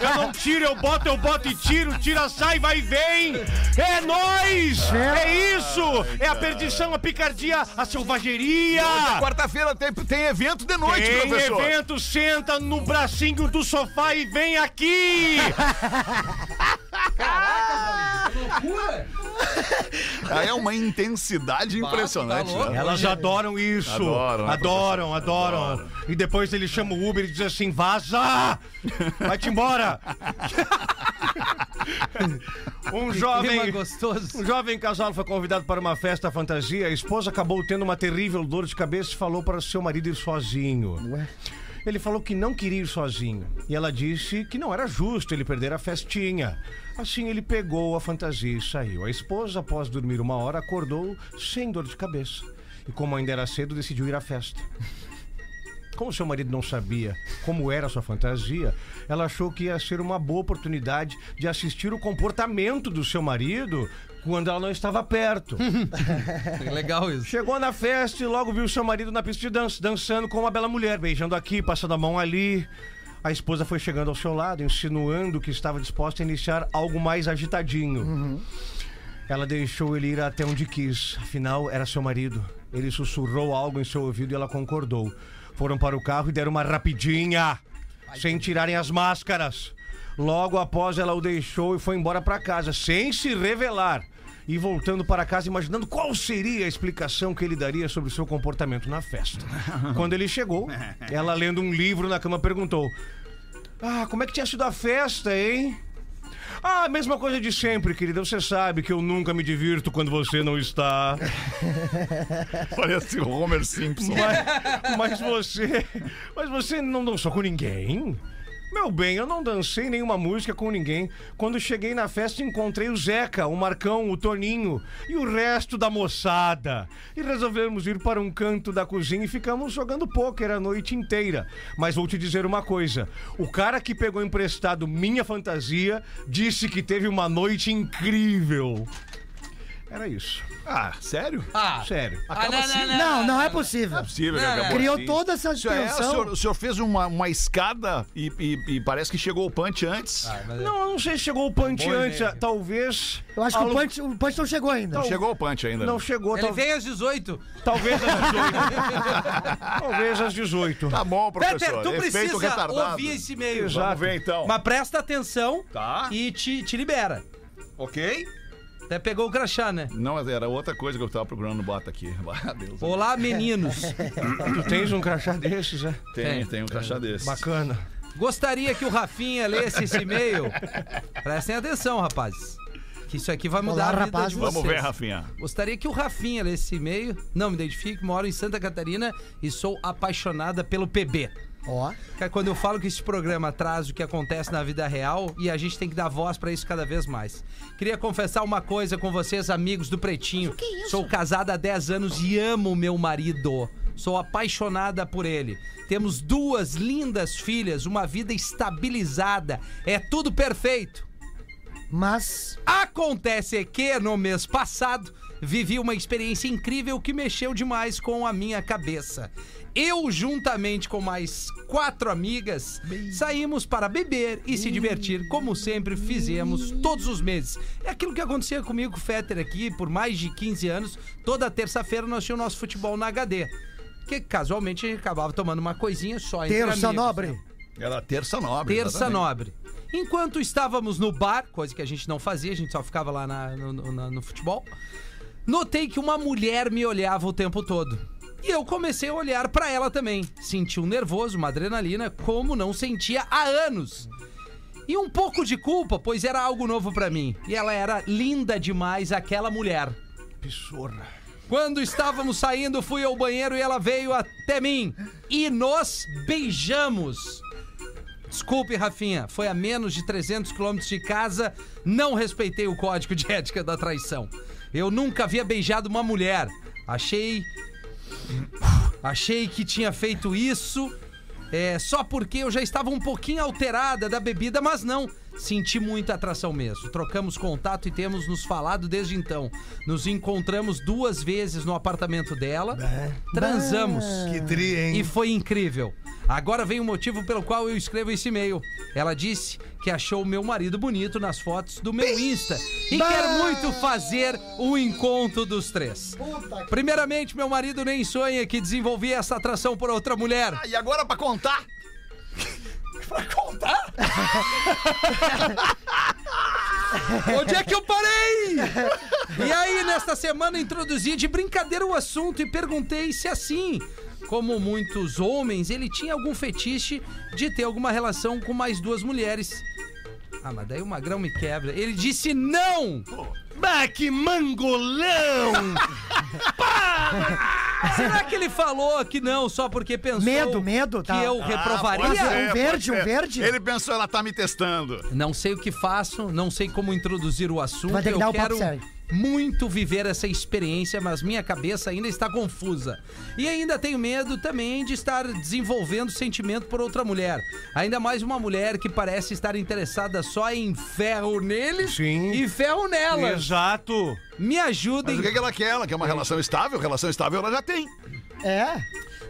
Speaker 8: Eu não tiro, eu boto, eu boto e tiro, tira, sai, vai e vem! É nós! É isso! É a perdição, a picardia, a selvageria!
Speaker 3: Quarta-feira tem, tem evento de noite,
Speaker 8: Tem
Speaker 3: professor.
Speaker 8: evento, senta no bracinho do sofá e vem aqui!
Speaker 3: Aí é uma intensidade impressionante.
Speaker 4: tá louco.
Speaker 3: né?
Speaker 8: Elas adoram isso.
Speaker 3: Adoram,
Speaker 8: Adoram,
Speaker 3: né,
Speaker 8: adoram, adoram, E depois ele chama o Uber e diz assim: vaza! Vai-te embora! um
Speaker 4: Clima
Speaker 8: jovem.
Speaker 4: gostoso.
Speaker 8: Um jovem casal foi convidado para uma festa fantasia. A esposa acabou tendo uma terrível dor de cabeça e falou para seu marido ir sozinho. Ele falou que não queria ir sozinho. E ela disse que não era justo ele perder a festinha. Assim, ele pegou a fantasia e saiu. A esposa, após dormir uma hora, acordou sem dor de cabeça. E como ainda era cedo, decidiu ir à festa. Como seu marido não sabia como era a sua fantasia, ela achou que ia ser uma boa oportunidade de assistir o comportamento do seu marido quando ela não estava perto.
Speaker 4: Legal isso.
Speaker 8: Chegou na festa e logo viu seu marido na pista de dança, dançando com uma bela mulher, beijando aqui, passando a mão ali. A esposa foi chegando ao seu lado, insinuando que estava disposta a iniciar algo mais agitadinho. Ela deixou ele ir até onde quis, afinal era seu marido. Ele sussurrou algo em seu ouvido e ela concordou. Foram para o carro e deram uma rapidinha, sem tirarem as máscaras. Logo após, ela o deixou e foi embora para casa, sem se revelar. E voltando para casa, imaginando qual seria a explicação que ele daria sobre o seu comportamento na festa. Quando ele chegou, ela lendo um livro na cama perguntou: Ah, como é que tinha sido a festa, hein? Ah, mesma coisa de sempre, querida. Você sabe que eu nunca me divirto quando você não está.
Speaker 3: Parece o Homer Simpson.
Speaker 8: Mas, mas você. Mas você não dançou com ninguém? Meu bem, eu não dancei nenhuma música com ninguém. Quando cheguei na festa, encontrei o Zeca, o Marcão, o Toninho e o resto da moçada. E resolvemos ir para um canto da cozinha e ficamos jogando pôquer a noite inteira. Mas vou te dizer uma coisa: o cara que pegou emprestado minha fantasia disse que teve uma noite incrível. Era isso.
Speaker 3: Ah, sério? Não
Speaker 4: Ah,
Speaker 8: Sério.
Speaker 4: ah, não, não, não,
Speaker 6: Não, não é possível.
Speaker 3: é possível,
Speaker 4: Não,
Speaker 3: que acabou
Speaker 6: Criou
Speaker 3: assim.
Speaker 6: toda essa
Speaker 3: O senhor, é, o
Speaker 6: tensão.
Speaker 3: senhor- o senhor fez uma, uma escada e, e- e parece que chegou o punch antes.
Speaker 4: Ah,
Speaker 8: Não, eu não sei se chegou o punch
Speaker 4: Boa
Speaker 8: antes,
Speaker 4: ideia.
Speaker 8: ah, talvez.
Speaker 6: Eu acho que
Speaker 8: Algo-
Speaker 6: o punch, o punch não chegou ainda.
Speaker 3: Não chegou o punch ainda.
Speaker 8: Não chegou,
Speaker 4: Ele
Speaker 8: tal-
Speaker 4: veio às 18.
Speaker 8: talvez às 18. talvez às 18.
Speaker 3: Tá bom, professor.
Speaker 4: Peter, tu
Speaker 3: Efeito
Speaker 4: precisa
Speaker 3: retardado.
Speaker 4: ouvir esse e-mail.
Speaker 3: Vamos ver então.
Speaker 4: Mas presta atenção
Speaker 3: Tá.
Speaker 4: e te, te libera.
Speaker 3: Ok?
Speaker 4: Até pegou o crachá, né?
Speaker 3: Não, era outra coisa que eu tava procurando, bota aqui. Ah, Deus.
Speaker 4: Olá, meninos.
Speaker 8: Tu tens um crachá desses, é?
Speaker 3: Tem,
Speaker 4: Tem.
Speaker 3: tem um crachá desse.
Speaker 8: Bacana.
Speaker 4: Gostaria que o Rafinha lesse esse e-mail. Prestem atenção, rapazes. Que isso aqui vai mudar
Speaker 6: Olá,
Speaker 4: a vida de
Speaker 6: rapazes.
Speaker 4: vocês.
Speaker 3: Vamos ver, Rafinha.
Speaker 4: Gostaria que o Rafinha lesse esse e-mail. Não me identifique, moro em Santa Catarina e sou apaixonada pelo PB.
Speaker 6: Ó.
Speaker 4: Cara, Quando eu falo que esse programa traz o que acontece na vida real e a gente tem que dar voz pra isso cada vez mais. Queria confessar uma coisa com vocês, amigos do Pretinho. Sou casada há 10 anos e amo meu marido. Sou apaixonada por ele. Temos duas lindas filhas, uma vida estabilizada. É tudo perfeito.
Speaker 6: Mas.
Speaker 4: Acontece que no mês passado vivi uma experiência incrível que mexeu demais com a minha cabeça. Eu, juntamente com mais quatro amigas, saímos para beber e se divertir, como sempre fizemos todos os meses. É aquilo que acontecia comigo, com o Fetter, aqui por mais de 15 anos. Toda terça-feira nós tínhamos nosso futebol na HD. Que casualmente a gente acabava tomando uma coisinha só entre
Speaker 6: Terça
Speaker 4: amigos,
Speaker 6: nobre.
Speaker 4: né?
Speaker 3: Era terça nobre.
Speaker 4: Terça
Speaker 3: exatamente.
Speaker 4: Nobre. Enquanto estávamos no bar, coisa que a gente não fazia, a gente só ficava lá na- no, no- na- no futebol, Notei que uma mulher me olhava o tempo todo. E eu comecei a olhar pra ela também. Senti um nervoso, uma adrenalina, como não sentia há anos. E um pouco de culpa, pois era algo novo pra mim. E ela era linda demais, aquela mulher.
Speaker 8: Pissorra.
Speaker 4: Quando estávamos saindo, fui ao banheiro e ela veio até mim. E nos beijamos. Desculpe, Rafinha, foi a menos de 300 quilômetros de casa, não respeitei o código de ética da traição. Eu nunca havia beijado uma mulher. Achei. Achei que tinha feito isso é, só porque eu já estava um pouquinho alterada da bebida, mas não. Senti muita atração mesmo. Trocamos contato e temos nos falado desde então. Nos encontramos duas vezes no apartamento dela. Transamos.
Speaker 7: Que tri, hein?
Speaker 4: E foi incrível. Agora vem o motivo pelo qual eu escrevo esse e-mail. Ela disse que achou meu marido bonito nas fotos do meu Insta e quer muito fazer o encontro dos três. Primeiramente, meu marido nem sonha que desenvolvi essa atração por outra mulher.
Speaker 3: Ah, e agora pra contar? pra contar?
Speaker 4: Onde é que eu parei? E aí, nesta semana, introduzi de brincadeira o assunto e perguntei se assim, como muitos homens, ele tinha algum fetiche de ter alguma relação com mais duas mulheres. Ah, mas daí o Magrão me quebra. Ele disse não!
Speaker 7: Bah, que mangolão!
Speaker 4: Será que ele falou que não só porque pensou
Speaker 6: Medo, medo, tá.
Speaker 4: que eu
Speaker 6: Ah,
Speaker 4: reprovaria?
Speaker 6: pode ser. Um verde,
Speaker 3: pode
Speaker 6: um
Speaker 3: ser.
Speaker 6: verde.
Speaker 3: Ele pensou, ela tá me testando.
Speaker 4: Não sei o que faço, não sei como introduzir o assunto.
Speaker 6: Vai ter que
Speaker 4: eu
Speaker 6: dar o papo
Speaker 4: quero
Speaker 6: sério.
Speaker 4: muito viver essa experiência, mas minha cabeça ainda está confusa. E ainda tenho medo também de estar desenvolvendo sentimento por outra mulher. Ainda mais uma mulher que parece estar interessada só em ferro neles
Speaker 8: Sim.
Speaker 4: e ferro nelas.
Speaker 8: Exato.
Speaker 4: Me
Speaker 3: Mas
Speaker 4: ajudem.
Speaker 3: o que, que ela quer? Ela quer uma relação estável? Relação estável ela já tem.
Speaker 6: É.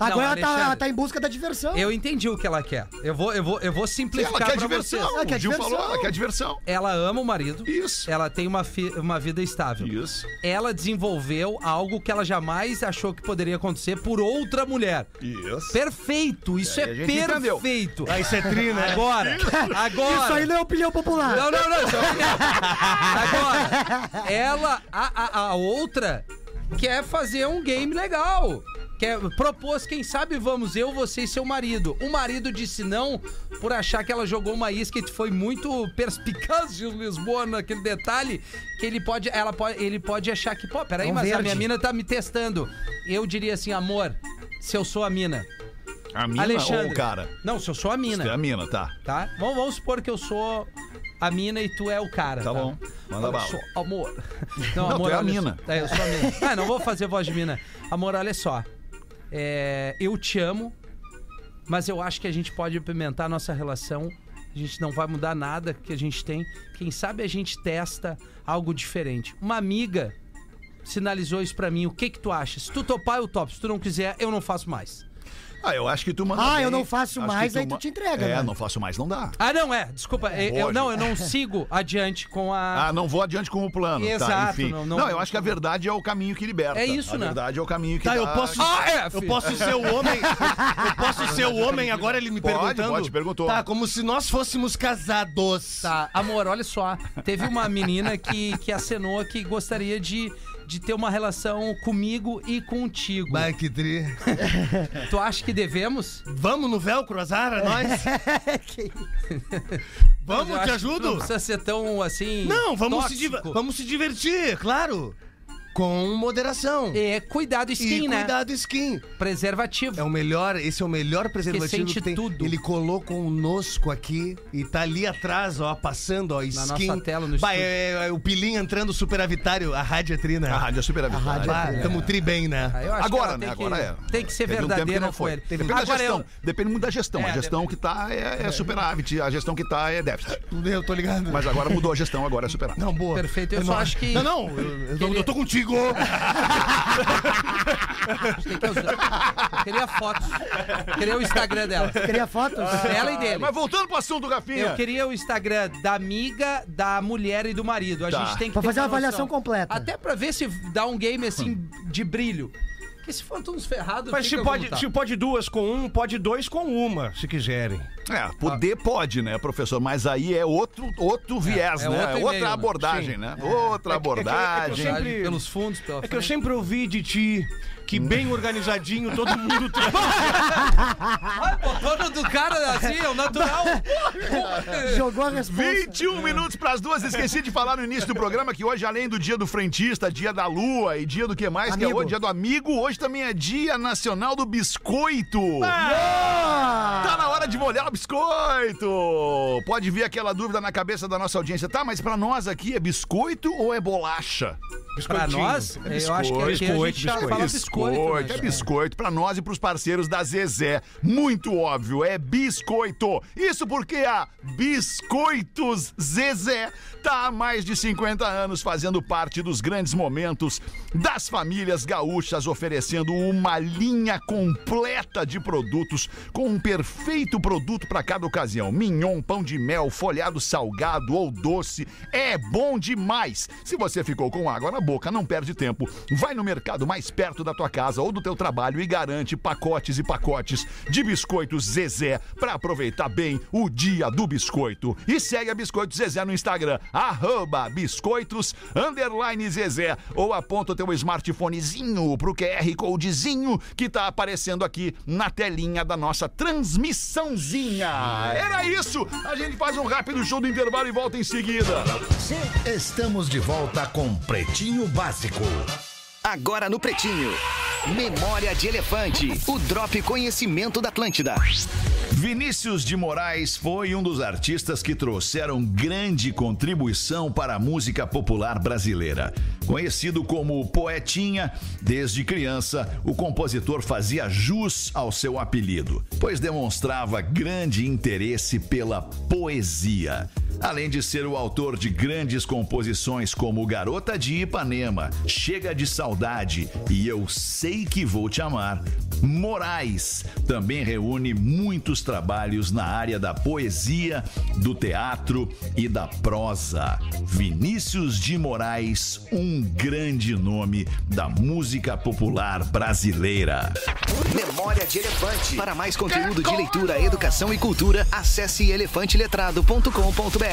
Speaker 6: Agora ela, tá,
Speaker 4: Alexandre.
Speaker 6: ela tá em busca da diversão.
Speaker 4: Eu entendi o que ela quer. Eu vou, eu vou, eu vou
Speaker 3: Ela
Speaker 4: simplificar
Speaker 3: quer
Speaker 4: pra vocês.
Speaker 3: diversão.
Speaker 6: Ela quer
Speaker 3: o Gil
Speaker 6: diversão.
Speaker 3: falou, ela quer diversão.
Speaker 4: Ela ama o marido.
Speaker 3: Isso.
Speaker 4: Ela tem uma, fi- uma vida estável.
Speaker 3: Isso.
Speaker 4: ela desenvolveu algo que ela jamais achou que poderia acontecer por outra mulher.
Speaker 3: Isso.
Speaker 4: Perfeito, isso é,
Speaker 3: a gente entendeu.
Speaker 4: perfeito.
Speaker 7: Ah, isso é tri, né?
Speaker 4: Agora, agora.
Speaker 6: Isso aí não é opinião popular.
Speaker 4: Não, não, não. isso é uma- Agora, ela, a, a- a outra, quer fazer um game legal. Quer, propôs, quem sabe vamos eu, você e seu marido. O marido disse não por achar que ela jogou uma isca e foi muito perspicaz de Lisboa naquele detalhe que ele pode, ela pode, ele pode achar que, pô, peraí,
Speaker 6: É um
Speaker 4: mas a
Speaker 6: verde.
Speaker 4: minha mina tá me testando. Eu diria assim, amor, se eu sou a mina.
Speaker 3: A mina
Speaker 4: Alexandre.
Speaker 3: ou o cara?
Speaker 4: Não, se eu sou a mina
Speaker 3: É a mina, tá.
Speaker 4: tá? Vamos, vamos supor que eu sou a mina e tu é o cara.
Speaker 3: Tá bom. Manda
Speaker 4: Olha
Speaker 3: bala.
Speaker 4: só, amor. Não,
Speaker 3: Não,
Speaker 4: amor,
Speaker 3: tu é a
Speaker 4: olha
Speaker 3: mina.
Speaker 4: só. É, eu sou a mina. Ah, não vou fazer voz de mina. Amor, olha só. É, eu te amo, mas eu acho que a gente pode pimentar nossa relação. A gente não vai mudar nada que a gente tem. Quem sabe a gente testa algo diferente. Uma amiga sinalizou isso pra mim. O que que tu acha? Se tu topar, eu topo. Se tu não quiser, eu não faço mais.
Speaker 3: Ah, eu acho que tu manda
Speaker 6: Ah,
Speaker 3: bem.
Speaker 6: eu não faço
Speaker 3: Acho
Speaker 6: mais,
Speaker 3: que
Speaker 6: aí tu
Speaker 3: ma-
Speaker 6: te entrega,
Speaker 3: É,
Speaker 6: né?
Speaker 3: não faço mais, não dá.
Speaker 4: Ah, não, é. Desculpa. eu- eu, não, eu não sigo adiante com a...
Speaker 3: Ah, não vou adiante com o plano. tá,
Speaker 4: Exato,
Speaker 3: enfim.
Speaker 4: não-
Speaker 3: Não,
Speaker 4: não-
Speaker 3: eu acho que a verdade é o caminho que liberta.
Speaker 4: É isso,
Speaker 3: a
Speaker 4: né?
Speaker 3: A verdade é o caminho que
Speaker 7: Tá, eu
Speaker 3: dá-
Speaker 7: posso-
Speaker 4: Ah, é,
Speaker 7: Eu
Speaker 4: filho.
Speaker 7: posso ser o homem. Eu posso ser o homem agora ele me
Speaker 3: Pode,
Speaker 7: perguntando.
Speaker 3: pode, perguntou.
Speaker 7: Tá, como se nós fôssemos casados.
Speaker 4: Tá, amor, olha só. Teve uma menina que, que acenou que gostaria de, de ter uma relação comigo e contigo.
Speaker 7: Bah, que tri.
Speaker 4: Tu acha que devemos?
Speaker 7: Vamos no velcro, azar, é nóis.
Speaker 4: Eu
Speaker 7: Vamos,
Speaker 4: acho
Speaker 7: te
Speaker 4: que Não
Speaker 7: ajudo.
Speaker 4: precisa ser tão assim.
Speaker 7: Não, vamos se, diver-
Speaker 4: tóxico.
Speaker 7: vamos se divertir, claro. Com moderação.
Speaker 4: É, cuidado, skin,
Speaker 7: e
Speaker 4: né?
Speaker 7: cuidado, skin.
Speaker 4: Preservativo.
Speaker 7: É o melhor, esse é o melhor preservativo
Speaker 4: sente
Speaker 7: que tem.
Speaker 4: tudo.
Speaker 7: Ele colou conosco aqui e tá ali atrás, ó, passando, ó, skin.
Speaker 4: nossa tela, no
Speaker 7: bah,
Speaker 4: estúdio.
Speaker 7: é, é, é, O pilinho entrando superavitário, a rádio é trina.
Speaker 3: A rádio é super
Speaker 7: Bah, tamo tri bem,
Speaker 4: Ah,
Speaker 7: né?
Speaker 4: eu acho
Speaker 3: Agora,
Speaker 4: que ela tem
Speaker 3: né?
Speaker 4: que-
Speaker 3: Agora é.
Speaker 4: Tem que ser
Speaker 3: Teve um tempo que
Speaker 4: verdadeira
Speaker 3: não
Speaker 4: com
Speaker 3: foi.
Speaker 4: ele.
Speaker 3: Depende da
Speaker 4: Agora
Speaker 3: gestão.
Speaker 4: eu.
Speaker 3: Depende muito da gestão.
Speaker 4: É,
Speaker 3: a gestão que tá é, é superávit. A gestão que tá é déficit.
Speaker 7: Eu tô ligado.
Speaker 3: Mas agora mudou a gestão, agora é superávit.
Speaker 7: Não, boa.
Speaker 4: Perfeito, eu
Speaker 7: É
Speaker 4: só
Speaker 7: nóis.
Speaker 4: acho que-
Speaker 7: Não, não, eu, eu tô-
Speaker 4: Ele-
Speaker 7: eu tô contigo.
Speaker 4: Tem que usar. Queria fotos. Queria o Instagram dela.
Speaker 6: Queria fotos?
Speaker 4: Ela e dele.
Speaker 3: Mas voltando pro assunto,
Speaker 4: Eu
Speaker 3: Rafinha.
Speaker 4: queria o Instagram da amiga, da mulher e do marido. A
Speaker 3: Tá.
Speaker 4: gente tem que
Speaker 6: Pra
Speaker 4: ter
Speaker 6: fazer uma
Speaker 4: noção.
Speaker 6: avaliação completa.
Speaker 4: Até pra ver se dá um game assim de brilho. Porque se for todos ferrados,
Speaker 8: Mas se
Speaker 3: tipo,
Speaker 4: fica
Speaker 8: pode,
Speaker 4: como tá.
Speaker 8: se pode duas com um, pode dois com uma, se quiserem.
Speaker 3: É, poder pode, né, professor? Mas aí é outro, outro viés,
Speaker 4: é
Speaker 3: né?
Speaker 4: outro e-mail,
Speaker 3: outra
Speaker 4: né?
Speaker 3: abordagem,
Speaker 8: Sim.
Speaker 3: né?
Speaker 4: é
Speaker 3: Outra abordagem.
Speaker 8: sempre-
Speaker 4: Pelos fundos, pela
Speaker 8: É que eu
Speaker 4: frente.
Speaker 8: sempre ouvi de ti que bem organizadinho todo mundo um traz.
Speaker 4: Ah, botou no do cara assim, é o natural.
Speaker 6: Jogou a resposta.
Speaker 3: 21
Speaker 4: né?
Speaker 3: minutos pras duas. Esqueci de falar no início do programa que hoje, além do dia do frentista, dia da lua e dia do que mais, que é
Speaker 6: Amigo.
Speaker 3: hoje, dia do amigo, hoje também é dia nacional do biscoito. Tá na hora de molhar o biscoito. Pode vir aquela dúvida na cabeça da nossa audiência. Tá, mas pra nós aqui é biscoito ou é bolacha?
Speaker 4: pra nós, é eu acho que aqui a gente já fala biscoito.
Speaker 3: É biscoito,
Speaker 4: né?
Speaker 3: é biscoito pra nós e pros parceiros da Zezé. Muito óbvio, é biscoito. Isso porque a Biscoitos Zezé tá há mais de 50 anos fazendo parte dos grandes momentos das famílias gaúchas, oferecendo uma linha completa de produtos com um perfeito produto pra cada ocasião. Mignon, pão de mel, folhado salgado ou doce, é bom demais. Se você ficou com água na boca, não perde tempo. Vai no mercado mais perto da tua casa ou do teu trabalho e garante pacotes e pacotes de biscoitos Zezé para aproveitar bem o dia do biscoito. E segue a Biscoitos Zezé no Instagram, arroba biscoitos underline Zezé ou aponta o teu smartphonezinho pro QR Codezinho que tá aparecendo aqui na telinha da nossa transmissãozinha. Era isso! A gente faz um rápido show do intervalo e volta em seguida.
Speaker 5: Estamos de volta com Pretinho Básico.
Speaker 1: Agora no Pretinho. Memória de Elefante, o Drop Conhecimento da Atlântida.
Speaker 3: Vinícius de Moraes foi um dos artistas que trouxeram grande contribuição para a música popular brasileira. Conhecido como Poetinha, desde criança, o compositor fazia jus ao seu apelido, pois demonstrava grande interesse pela poesia. Além de ser o autor de grandes composições como Garota de Ipanema, Chega de Saudade e Eu Sei Que Vou Te Amar, Moraes também reúne muitos trabalhos na área da poesia, do teatro e da prosa. Vinícius de Moraes, um grande nome da música popular brasileira.
Speaker 1: Memória de Elefante. Para mais conteúdo de leitura, educação e cultura, acesse elefanteletrado.com.br.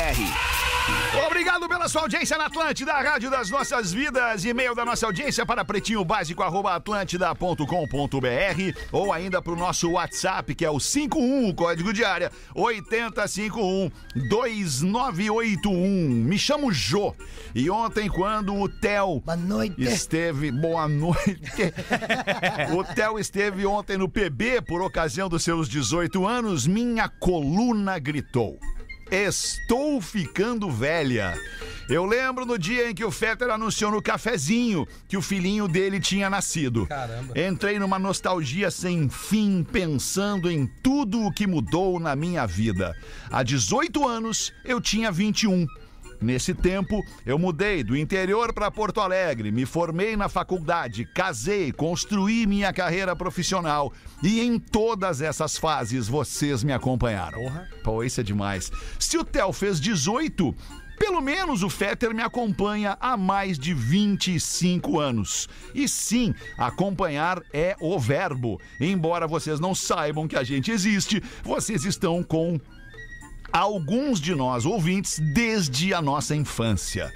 Speaker 3: Obrigado pela sua audiência na Atlântida, a Rádio das Nossas Vidas. E-mail da nossa audiência para pretinhobásico.atlântida.com.br ou ainda para o nosso WhatsApp, que é o 51, o código de área, 8051-2981. Me chamo Jô. E ontem, quando o Theo
Speaker 6: Boa noite.
Speaker 3: esteve... Boa noite. o Theo esteve ontem no PB por ocasião dos seus 18 anos. Minha coluna gritou. Estou ficando velha. Eu lembro do dia em que o Fetter anunciou no cafezinho que o filhinho dele tinha nascido.
Speaker 4: Caramba.
Speaker 3: Entrei numa nostalgia sem fim, pensando em tudo o que mudou na minha vida. Há 18 anos, eu tinha 21. Nesse tempo, eu mudei do interior para Porto Alegre, me formei na faculdade, casei, construí minha carreira profissional. E em todas essas fases vocês me acompanharam. Pô, isso é demais. Se o Theo fez 18, pelo menos o Fetter me acompanha há mais de 25 anos. E sim, acompanhar é o verbo. Embora vocês não saibam que a gente existe, vocês estão com alguns de nós ouvintes desde a nossa infância.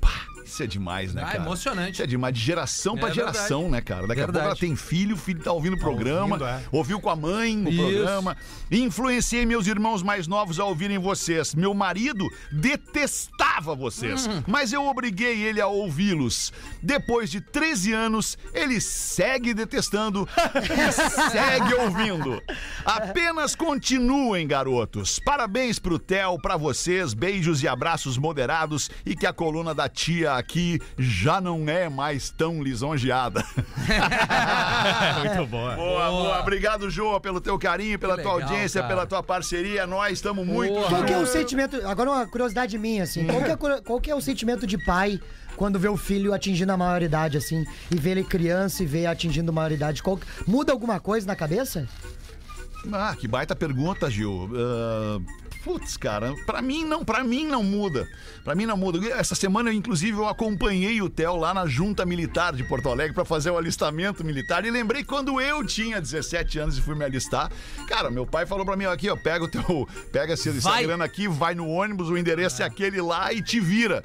Speaker 3: Pá, isso é demais, né,
Speaker 4: Ah,
Speaker 3: cara?
Speaker 4: emocionante.
Speaker 3: Isso é demais, de geração pra
Speaker 4: É
Speaker 3: geração,
Speaker 4: verdade.
Speaker 3: né, cara? Daqui a
Speaker 4: Verdade.
Speaker 3: pouco ela tem filho, o filho tá ouvindo o programa,
Speaker 8: ouvindo, é.
Speaker 3: ouviu com a mãe o
Speaker 4: Isso.
Speaker 3: programa. Influenciei meus irmãos mais novos a ouvirem vocês. Meu marido detestava vocês, mas eu obriguei ele a ouvi-los. Depois de 13 anos, ele segue detestando e segue ouvindo. Apenas continuem, garotos. Parabéns pro Theo, pra vocês. Beijos e abraços moderados e que a coluna da tia aqui já não é mais tão lisonjeada.
Speaker 8: Muito boa.
Speaker 3: Boa, boa. Obrigado, Joa, pelo teu carinho, pela
Speaker 4: Que
Speaker 3: tua
Speaker 4: legal,
Speaker 3: audiência,
Speaker 4: cara.
Speaker 3: pela tua parceria. Nós estamos muito
Speaker 4: Boa.
Speaker 6: Qual que é o
Speaker 3: juntos.
Speaker 6: sentimento. Agora uma curiosidade minha, assim. Qual que, é, a cur- qual que é o sentimento de pai quando vê o filho atingindo a maioridade, assim? E vê ele criança e vê ele atingindo a maioridade? Qual que- Muda alguma coisa na cabeça?
Speaker 3: Ah, que baita pergunta, Gil. Ah, Putz, cara, pra mim não, para mim não muda. Pra mim não muda. Essa semana, eu, inclusive, eu acompanhei o Theo lá na Junta Militar de Porto Alegre pra fazer o alistamento militar e lembrei quando eu tinha 17 anos e fui me alistar. Cara, meu pai falou pra mim ó, aqui, ó, pega o teu, pega esse essa
Speaker 4: Vai.
Speaker 3: grana aqui, vai no ônibus, o endereço é aquele lá e te vira.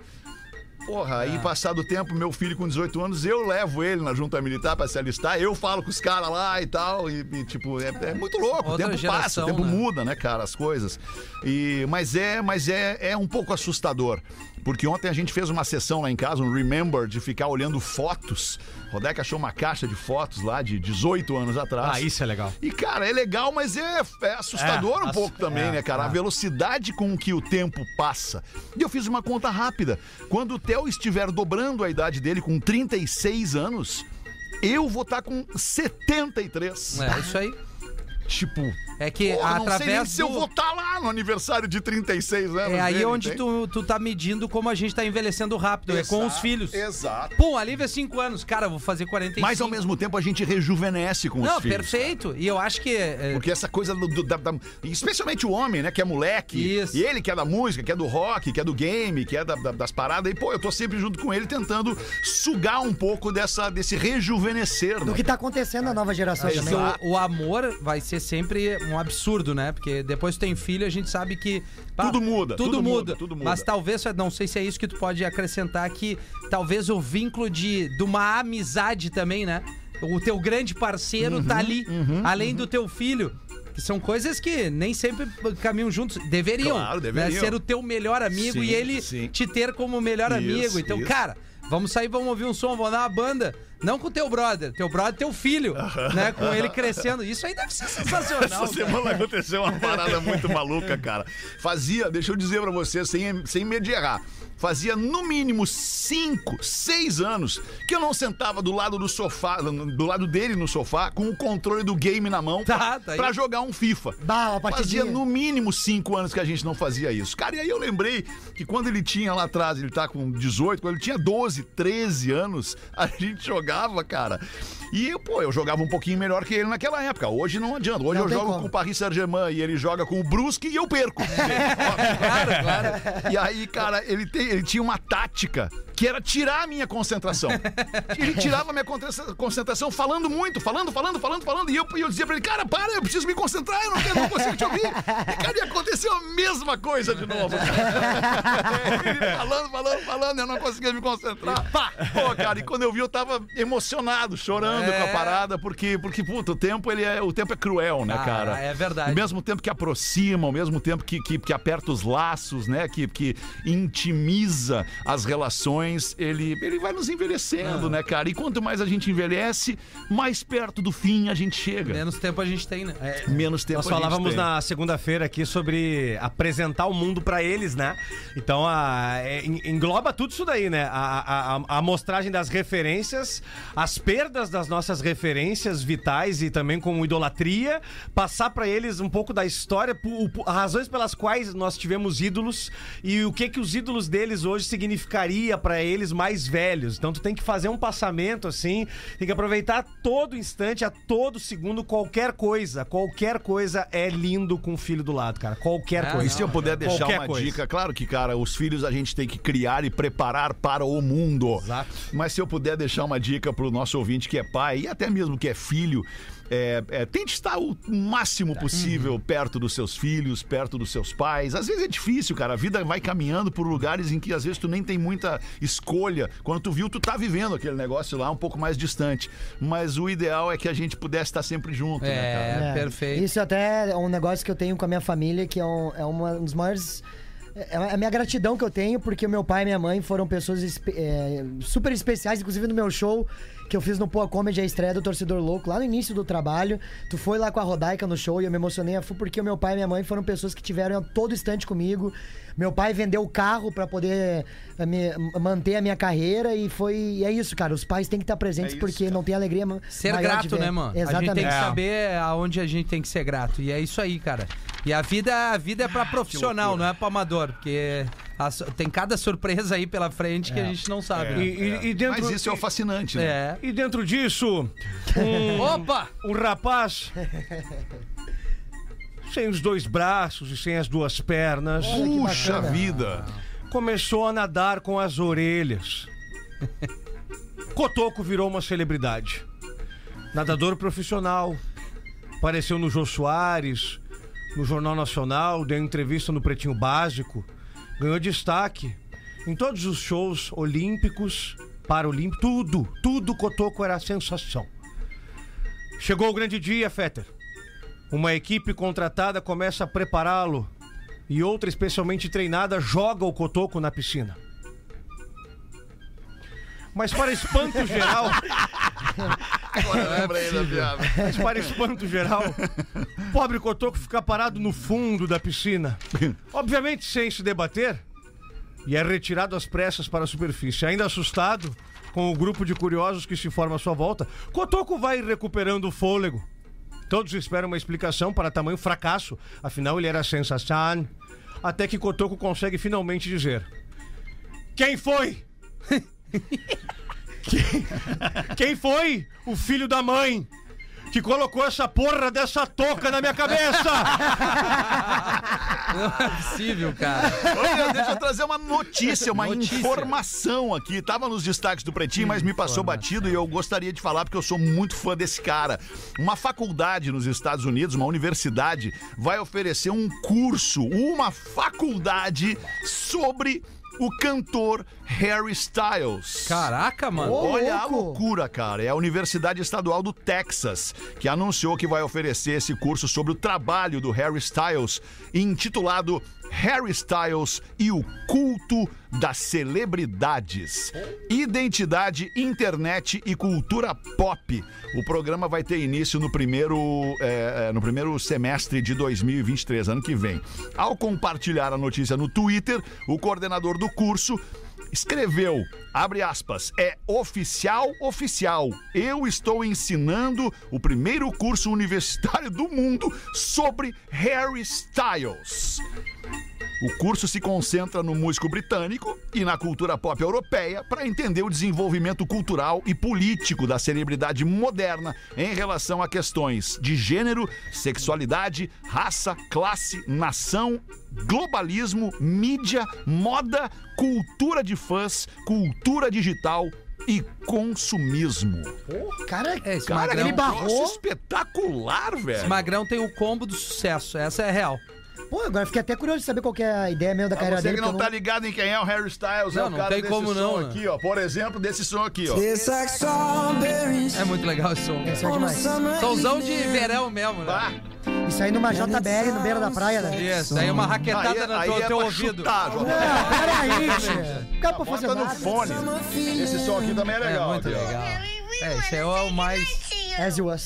Speaker 3: Porra,
Speaker 8: Ah.
Speaker 3: aí passado o tempo, meu filho com 18 anos, eu levo ele na junta militar pra se alistar, eu falo com os caras lá e tal, e, e, tipo, é, é muito louco, o
Speaker 4: Outra
Speaker 3: tempo passa,
Speaker 4: geração,
Speaker 3: o tempo
Speaker 4: né?
Speaker 3: muda, né, cara, as coisas. E, mas é, mas é, é um pouco assustador, porque ontem a gente fez uma sessão lá em casa, um remember, de ficar olhando fotos. Rodeca achou uma caixa de fotos lá de 18 anos atrás.
Speaker 8: Ah, isso é legal.
Speaker 3: E, cara, é legal, mas é, é assustador
Speaker 8: É,
Speaker 3: um
Speaker 8: ass-
Speaker 3: pouco também,
Speaker 8: é,
Speaker 3: né, cara? A
Speaker 8: é.
Speaker 3: velocidade com que o tempo passa. E eu fiz uma conta rápida. Quando o Theo estiver dobrando a idade dele com 36 anos, eu vou estar com 73.
Speaker 4: É isso aí.
Speaker 3: Tipo,
Speaker 4: É que
Speaker 3: porra, não sei nem
Speaker 4: através
Speaker 3: se eu
Speaker 4: do-
Speaker 3: vou estar lá no aniversário de 36 anos.
Speaker 4: É aí
Speaker 3: dele,
Speaker 4: onde
Speaker 3: entende?
Speaker 4: tu, tu tá medindo como a gente tá envelhecendo rápido, é com os
Speaker 3: Exato,
Speaker 4: filhos.
Speaker 3: Exato.
Speaker 4: Pum, a Lívia é 5 anos. Cara, eu vou fazer 45.
Speaker 3: Mas ao mesmo tempo a gente rejuvenesce com
Speaker 4: Não,
Speaker 3: os filhos.
Speaker 4: perfeito. E eu acho que. é,
Speaker 3: Porque essa coisa do, do- da, da- Especialmente o homem, né? Que é moleque.
Speaker 4: Isso.
Speaker 3: E ele que é da música, que é do rock, que é do game, que é da- da- das paradas. E, pô, eu tô sempre junto com ele tentando sugar um pouco dessa, desse rejuvenescer,
Speaker 6: Do
Speaker 3: né?
Speaker 6: que tá acontecendo na nova geração
Speaker 3: É,
Speaker 4: Porque
Speaker 6: também.
Speaker 3: exato.
Speaker 4: o, o amor vai ser sempre um absurdo, né? Porque depois que tem filho, a gente sabe que.
Speaker 3: Tudo muda,
Speaker 4: Tudo,
Speaker 3: tudo
Speaker 4: muda,
Speaker 3: muda, tudo muda.
Speaker 4: Mas talvez, não sei se é isso que tu pode acrescentar, que talvez o vínculo de, de uma amizade também, né? O teu grande parceiro tá
Speaker 3: Uhum,
Speaker 4: ali, além do teu filho. Que são coisas que nem sempre caminham juntos. Deveriam.
Speaker 3: Claro,
Speaker 4: né?
Speaker 3: deveriam.
Speaker 4: Ser o teu melhor amigo
Speaker 3: Sim,
Speaker 4: e ele
Speaker 3: sim.
Speaker 4: te ter como melhor
Speaker 3: Isso,
Speaker 4: amigo. Então,
Speaker 3: isso.
Speaker 4: cara, vamos sair, vamos ouvir um som, vamos dar uma banda. Não com teu brother, teu brother, teu filho, né? Com ele crescendo. Isso aí deve ser sensacional.
Speaker 3: Essa semana aconteceu uma parada muito maluca, cara. Fazia, deixa eu dizer pra você, sem, sem medo de errar, fazia no mínimo cinco, seis anos que eu não sentava do lado do sofá, do lado dele no sofá, com o controle do game na mão
Speaker 4: Tá,
Speaker 3: pra-
Speaker 4: tá aí.
Speaker 3: pra jogar um FIFA.
Speaker 6: Bah,
Speaker 3: Fazia
Speaker 6: uma partidinha.
Speaker 3: no mínimo cinco anos que a gente não fazia isso. Cara, e aí eu lembrei que quando ele tinha lá atrás, ele tá com 18, quando ele tinha 12, 13 anos, a gente jogava, cara. E, pô, eu jogava um pouquinho melhor que ele naquela época. Hoje não adianta. Hoje
Speaker 6: Não
Speaker 3: eu
Speaker 6: tem
Speaker 3: jogo
Speaker 6: como.
Speaker 3: com o Paris Saint-Germain e ele joga com o Brusque e eu perco. claro, claro. E aí, cara, ele, tem- ele tinha uma tática que era tirar a minha concentração. Ele tirava a minha concentra- concentração falando muito, falando, falando, falando, falando. E eu, e eu dizia pra ele, cara, para, eu preciso me concentrar, eu não, quero, não consigo te ouvir. E, cara, e aconteceu a mesma coisa de novo. Ele falando, falando, falando, eu não conseguia me concentrar. Pá! Pô, cara, e quando eu vi, eu tava emocionado, chorando
Speaker 4: É.
Speaker 3: com a parada, porque, porque puta, o tempo, ele é, o tempo é cruel, né,
Speaker 4: Ah,
Speaker 3: cara?
Speaker 4: é verdade.
Speaker 3: Ao mesmo tempo que aproxima, ao mesmo tempo que, que, que aperta os laços, né? Que, que intimiza as relações, ele, ele vai nos envelhecendo, né, cara? E quanto mais a gente envelhece, mais perto do fim a gente chega. Menos,
Speaker 4: Menos tempo a gente tem, né?
Speaker 3: tempo
Speaker 8: Nós
Speaker 3: a gente
Speaker 8: falávamos
Speaker 3: tem.
Speaker 8: na segunda-feira aqui sobre apresentar o mundo pra eles, né? Então a- é, en- engloba tudo isso daí, né? A, a, a- a amostragem das referências, as perdas das nossas referências vitais e também como idolatria, passar pra eles um pouco da história, pu- pu- razões pelas quais nós tivemos ídolos e o que que os ídolos deles hoje significaria pra eles mais velhos. Então tu tem que fazer um passamento assim, tem que aproveitar a todo instante, a todo segundo, qualquer coisa. Qualquer coisa é lindo com o filho do lado, cara. Qualquer
Speaker 4: Ah,
Speaker 8: coisa.
Speaker 3: E se eu puder deixar
Speaker 8: é Qualquer
Speaker 3: uma
Speaker 8: coisa.
Speaker 3: dica, claro que, cara, os filhos a gente tem que criar e preparar para o mundo. Exato. Mas se eu puder deixar uma dica pro nosso ouvinte que é pai e até mesmo que é filho, é, é, tente estar o máximo possível perto dos seus filhos, perto dos seus pais. Às vezes é difícil, cara. A vida vai caminhando por lugares em que às vezes tu nem tem muita escolha. Quando tu viu, tu tá vivendo aquele negócio lá um pouco mais distante. Mas o ideal é que a gente pudesse estar sempre junto, né, cara?
Speaker 4: É, perfeito.
Speaker 6: Isso até é um negócio que eu tenho com a minha família, que é, um, é uma dos maiores. É a minha gratidão que eu tenho, porque meu pai e minha mãe foram pessoas espe- é, super especiais, inclusive no meu show que eu fiz no Poa Comedy, a estreia do Torcedor Louco, lá no início do trabalho. Tu foi lá com a Rodaica no show e eu me emocionei a fu, porque o meu pai e minha mãe foram pessoas que tiveram a todo instante comigo. Meu pai vendeu o carro pra poder é, me- manter a minha carreira e foi. E é isso, cara. Os pais têm que estar presentes porque não tem alegria. ma-
Speaker 4: Ser
Speaker 6: maior de
Speaker 4: grato,
Speaker 6: ver.
Speaker 4: né, mano?
Speaker 6: Exatamente.
Speaker 4: A gente tem que
Speaker 3: É.
Speaker 4: saber aonde a gente tem que ser grato. E é isso aí, cara. E a vida, a vida é
Speaker 3: Ah,
Speaker 4: pra profissional, não é pra amador. Porque a su- tem cada surpresa aí pela frente que a gente não sabe.
Speaker 8: E,
Speaker 4: né?
Speaker 8: e- e dentro,
Speaker 3: Mas isso é o fascinante, né?
Speaker 4: É.
Speaker 8: e dentro disso, um,
Speaker 4: Opa!
Speaker 8: um rapaz Sem os dois braços e sem as duas pernas.
Speaker 6: que
Speaker 3: Puxa
Speaker 6: bacana.
Speaker 3: vida.
Speaker 8: Começou a nadar com as orelhas. Cotoco virou uma celebridade. Nadador profissional. Apareceu no Jô Soares, no Jornal Nacional, deu entrevista no Pretinho Básico. Ganhou destaque em todos os shows olímpicos, paralímpicos, tudo, tudo Cotoco era a sensação. Chegou o grande dia, Fetter. Uma equipe contratada começa a prepará-lo e outra especialmente treinada joga o cotoco na piscina. Mas para espanto geral,
Speaker 3: Agora eu lembrei da piada.
Speaker 8: mas para espanto geral, o pobre cotoco fica parado no fundo da piscina. Obviamente sem se debater, e é retirado às pressas para a superfície. Ainda assustado com o grupo de curiosos que se forma à sua volta, Cotoco vai recuperando o fôlego. Todos esperam uma explicação para tamanho fracasso, afinal ele era sensação. Até que Cotoco consegue finalmente dizer: Quem foi? Quem- Quem foi? O filho da mãe que colocou essa porra dessa touca na minha cabeça!
Speaker 4: Não é possível, cara.
Speaker 3: Olha, deixa eu trazer uma notícia, uma
Speaker 4: Notícia.
Speaker 3: informação aqui. Tava nos destaques do Pretinho, mas me passou batido e eu gostaria de falar porque eu sou muito fã desse cara. Uma faculdade nos Estados Unidos, uma universidade, vai oferecer um curso, uma faculdade sobre o cantor Harry Styles.
Speaker 4: Caraca, mano.
Speaker 6: Ô,
Speaker 3: Olha a
Speaker 6: louco.
Speaker 3: loucura, cara. É a Universidade Estadual do Texas que anunciou que vai oferecer esse curso sobre o trabalho do Harry Styles, intitulado Harry Styles e o Culto das Celebridades. Identidade, internet e cultura pop. O programa vai ter início no primeiro, eh, eh, no primeiro semestre de 2023, ano que vem. Ao compartilhar a notícia no Twitter, o coordenador do curso escreveu, abre aspas, é oficial, oficial. Eu estou ensinando o primeiro curso universitário do mundo sobre Harry Styles. O curso se concentra no músico britânico e na cultura pop europeia para entender o desenvolvimento cultural e político da celebridade moderna em relação a questões de gênero, sexualidade, raça, classe, nação, globalismo, mídia, moda, cultura de fãs, cultura digital e consumismo.
Speaker 6: Cara,
Speaker 4: É, esse
Speaker 3: Cara,
Speaker 4: magrão.
Speaker 3: que
Speaker 6: ele barrou.
Speaker 3: troço espetacular, velho.
Speaker 4: Esse magrão tem o combo do sucesso. Essa é real.
Speaker 6: Pô, agora eu fiquei até curioso de saber qual que é a ideia mesmo da
Speaker 3: Pra
Speaker 6: carreira
Speaker 3: você
Speaker 6: dele.
Speaker 3: que não
Speaker 6: porque eu
Speaker 3: tá ligado em quem é o Harry Styles, é
Speaker 4: Não,
Speaker 3: o
Speaker 4: não
Speaker 3: cara
Speaker 4: tem
Speaker 3: desse
Speaker 4: como
Speaker 3: som
Speaker 4: não, né?
Speaker 3: aqui, ó. Por exemplo, desse som aqui, ó.
Speaker 9: It's like strawberries
Speaker 4: É muito legal esse som.
Speaker 6: Esse é demais.
Speaker 4: Somzão de verão mesmo, né?
Speaker 3: Bah,
Speaker 6: Isso aí numa JBL no beira da praia, né?
Speaker 4: Isso, aí é uma raquetada
Speaker 3: aí é-
Speaker 4: no
Speaker 3: aí
Speaker 4: teu,
Speaker 3: é
Speaker 4: teu
Speaker 3: pra
Speaker 4: ouvido.
Speaker 3: chutar, João.
Speaker 6: Ah, pera aí, tio. Não dá pra fazer
Speaker 3: Bota no
Speaker 6: nada.
Speaker 3: fone. Esse som aqui também é
Speaker 4: É
Speaker 3: legal.
Speaker 4: muito
Speaker 3: aqui, ó.
Speaker 4: legal. É, esse aí é o mais.
Speaker 6: As you was.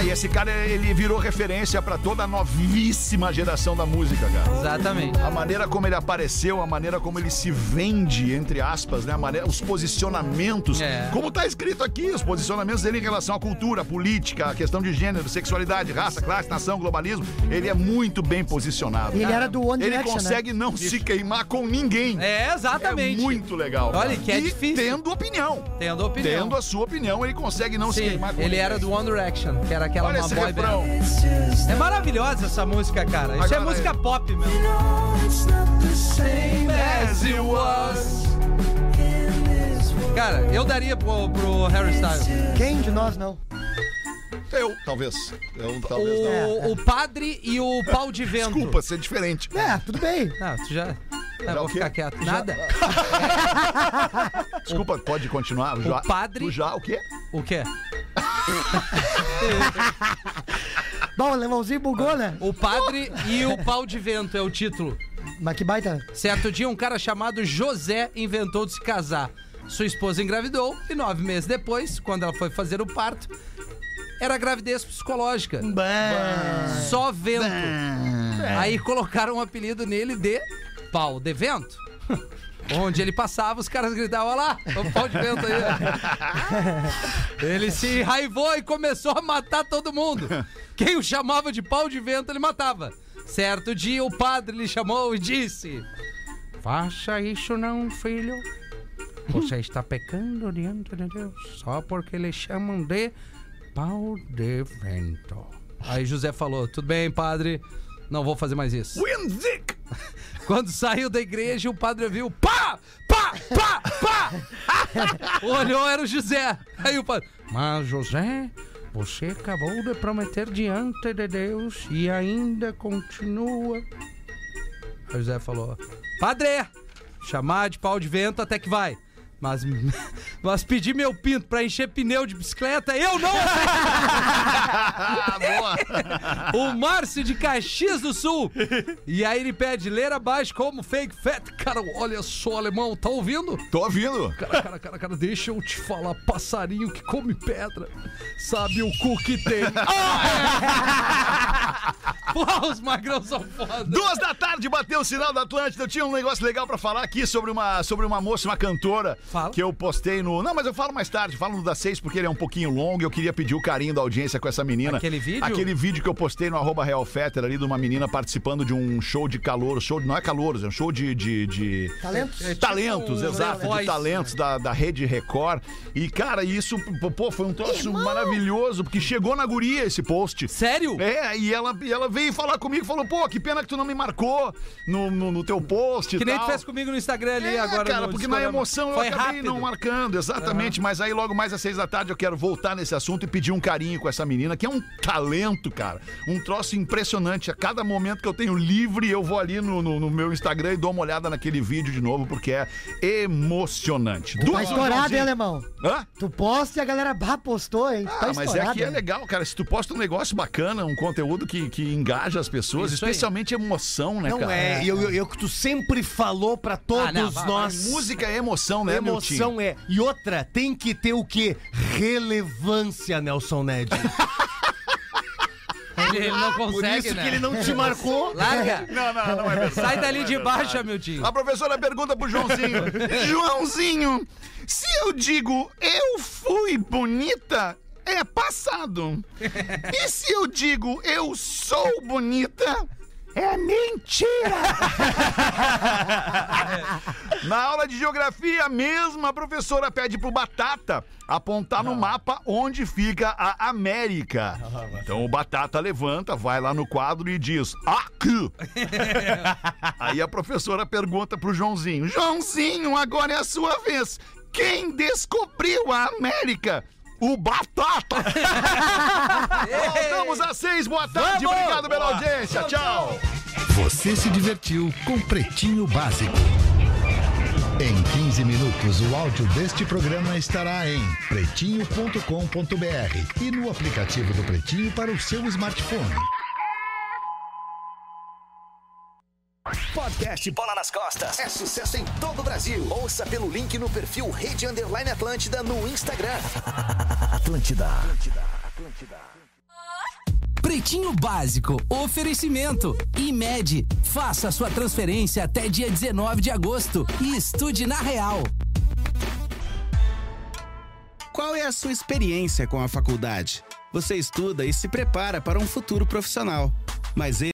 Speaker 3: Ah, e esse cara, ele virou referência pra toda a novíssima geração da música, cara.
Speaker 4: Exatamente.
Speaker 3: A maneira como ele apareceu, a maneira como ele se vende, entre aspas, né? A maneira, os posicionamentos.
Speaker 4: É.
Speaker 3: Como tá escrito aqui, os posicionamentos dele em relação à cultura, à política, à questão de gênero, sexualidade, raça, classe, nação, globalismo. Ele é muito bem posicionado.
Speaker 6: Ele era do One
Speaker 3: Tá. Ele
Speaker 6: Direction, né?
Speaker 3: consegue não se queimar com ninguém.
Speaker 4: É, exatamente.
Speaker 3: É muito legal.
Speaker 4: Olha,
Speaker 3: cara.
Speaker 4: que é
Speaker 3: e
Speaker 4: difícil.
Speaker 3: tendo opinião.
Speaker 4: Tendo opinião.
Speaker 3: Tendo a sua opinião, ele consegue não se
Speaker 4: Sim,
Speaker 3: queimar com
Speaker 4: ele
Speaker 3: ninguém.
Speaker 4: era do One Direction, que era aquela
Speaker 3: Olha
Speaker 4: uma
Speaker 3: esse
Speaker 4: boy
Speaker 3: refrão.
Speaker 4: band. É maravilhosa essa música, cara. Isso é
Speaker 3: Agora
Speaker 4: música pop mesmo. As it was. Cara, eu daria pro, pro Harry Styles.
Speaker 6: né? Quem de nós não?
Speaker 3: Eu, talvez. Eu, talvez não.
Speaker 4: O, o padre e o pau de vento.
Speaker 3: É. Desculpa, ser diferente.
Speaker 6: É, tudo bem.
Speaker 4: Não, tu já. Não,
Speaker 3: Já
Speaker 4: vou
Speaker 3: o quê?
Speaker 4: ficar quieto. Nada.
Speaker 3: Desculpa, pode continuar. já,
Speaker 4: padre-
Speaker 3: o Já, o quê?
Speaker 4: O quê?
Speaker 6: Bom, o Lemãozinho bugou, né?
Speaker 4: O padre e o pau de vento é o título.
Speaker 6: Mas que baita. Tá
Speaker 4: Certo dia, um cara chamado José inventou de se casar. Sua esposa engravidou e nove meses depois, quando ela foi fazer o parto, era gravidez psicológica. Só vento. Aí colocaram um apelido nele de pau de vento. Onde ele passava, os caras gritavam: Olha lá, o pau de vento aí. Ele se raivou e começou a matar todo mundo. Quem o chamava de pau de vento, ele matava. Certo dia, o padre lhe chamou e disse: Faça isso não, filho. Você está pecando diante de Deus só porque eles chamam de pau de vento. Aí José falou: Tudo bem, padre, não vou fazer mais isso.
Speaker 3: Windic!
Speaker 4: Quando saiu da igreja, o padre viu pá, pá, pá, pá. Olhou, era o José. Aí o padre, mas José, você acabou de prometer diante de Deus e ainda continua. Aí o José falou, padre, chamar de pau de vento até que vai. Mas, mas pedir meu pinto pra encher pneu de bicicleta, eu não aceito.
Speaker 3: Ah, boa!
Speaker 4: O Márcio de Caxias do Sul. E aí ele pede ler abaixo como fake fat. Cara, olha só, alemão, tá ouvindo?
Speaker 3: Tô ouvindo.
Speaker 4: Cara, cara, cara, cara, deixa eu te falar. Passarinho que come pedra sabe o cu que tem. Ah, é! Pô, os magrão são foda.
Speaker 3: Duas da tarde bateu o sinal da Atlântida. Eu tinha um negócio legal pra falar aqui sobre uma, sobre uma moça, uma cantora
Speaker 4: Fala.
Speaker 3: que eu postei no. Não, mas eu falo mais tarde, falo no das seis porque ele é um pouquinho longo. e Eu queria pedir o carinho da audiência com essa menina.
Speaker 4: Aquele vídeo?
Speaker 3: Aquele vídeo que eu postei no arroba Real Fetter ali de uma menina participando de um show de calor. Show de- não é calor, é um show de- de- de
Speaker 6: Talentos?
Speaker 4: É tipo
Speaker 3: Talentos,
Speaker 4: um
Speaker 3: exato,
Speaker 4: The Voice, né?
Speaker 3: de talentos da, da Rede Record. E, cara, isso, pô, pô, foi um troço maravilhoso, porque chegou na guria esse post.
Speaker 4: Sério?
Speaker 3: É, e ela, e ela veio falar comigo e falou: pô, que pena que tu não me marcou no, no, no teu post e
Speaker 4: Que nem tu
Speaker 3: tal.
Speaker 4: fez comigo no Instagram ali
Speaker 3: É,
Speaker 4: agora.
Speaker 3: cara,
Speaker 4: no
Speaker 3: porque na
Speaker 4: Discorama.
Speaker 3: emoção eu
Speaker 4: Foi
Speaker 3: acabei
Speaker 4: rápido.
Speaker 3: não marcando, exatamente. Mas aí logo mais às seis da tarde eu quero voltar nesse assunto e pedir um carinho com essa menina, que é um talento, cara. Um troço impressionante. A cada momento que eu tenho livre, eu vou ali no, no- no meu Instagram e dou uma olhada naquele vídeo de novo, porque é emocionante.
Speaker 6: Tá estourado, hein, alemão?
Speaker 3: Hã?
Speaker 6: Tu posta e a galera bah, postou, hein?
Speaker 3: Ah,
Speaker 6: tá
Speaker 3: mas
Speaker 6: estourado.
Speaker 3: é que é
Speaker 6: hein?
Speaker 3: legal, cara. Se tu posta um negócio bacana, um conteúdo que, que engaja as pessoas,
Speaker 4: Isso aí.
Speaker 3: especialmente emoção, né,
Speaker 7: Não
Speaker 3: cara?
Speaker 7: é, e eu, eu, eu que tu sempre falou pra todos
Speaker 4: Ah, não, vai,
Speaker 7: nós.
Speaker 3: Música é emoção, né, meu tio?
Speaker 7: Emoção é. E outra, tem que ter o quê? Relevância, Nelson Ned.
Speaker 4: Ele, ele não consegue,
Speaker 7: Por isso
Speaker 4: né?
Speaker 7: que ele não te marcou.
Speaker 4: Larga.
Speaker 3: É. Não, não, não é verdade.
Speaker 4: Sai dali
Speaker 3: não é
Speaker 4: de
Speaker 3: verdade.
Speaker 4: baixo, meu tio.
Speaker 3: A professora pergunta pro Joãozinho: Joãozinho, se eu digo eu fui bonita, é passado. E se eu digo eu sou bonita, é mentira. Na aula de geografia, a mesma professora pede pro Batata apontar no mapa onde fica a América. Então o Batata levanta, vai lá no quadro e diz: Aqui! Aí a professora pergunta pro Joãozinho: Joãozinho, agora é a sua vez. Quem descobriu a América? O Batata! Voltamos às seis, boa tarde,
Speaker 4: Vamos!
Speaker 3: obrigado pela audiência, tchau!
Speaker 5: Você se divertiu com Pretinho Básico. Em 15 minutos, o áudio deste programa estará em pretinho.com.br e no aplicativo do Pretinho para o seu smartphone.
Speaker 1: Podcast Bola nas Costas. É sucesso em todo o Brasil. Ouça pelo link no perfil Rede Underline Atlântida no Instagram. Atlântida. Atlântida. Atlântida.
Speaker 10: Pretinho Básico, oferecimento. IMED, faça sua transferência até dia 19 de agosto e estude na Real.
Speaker 11: Qual é a sua experiência com a faculdade? Você estuda e se prepara para um futuro profissional, mas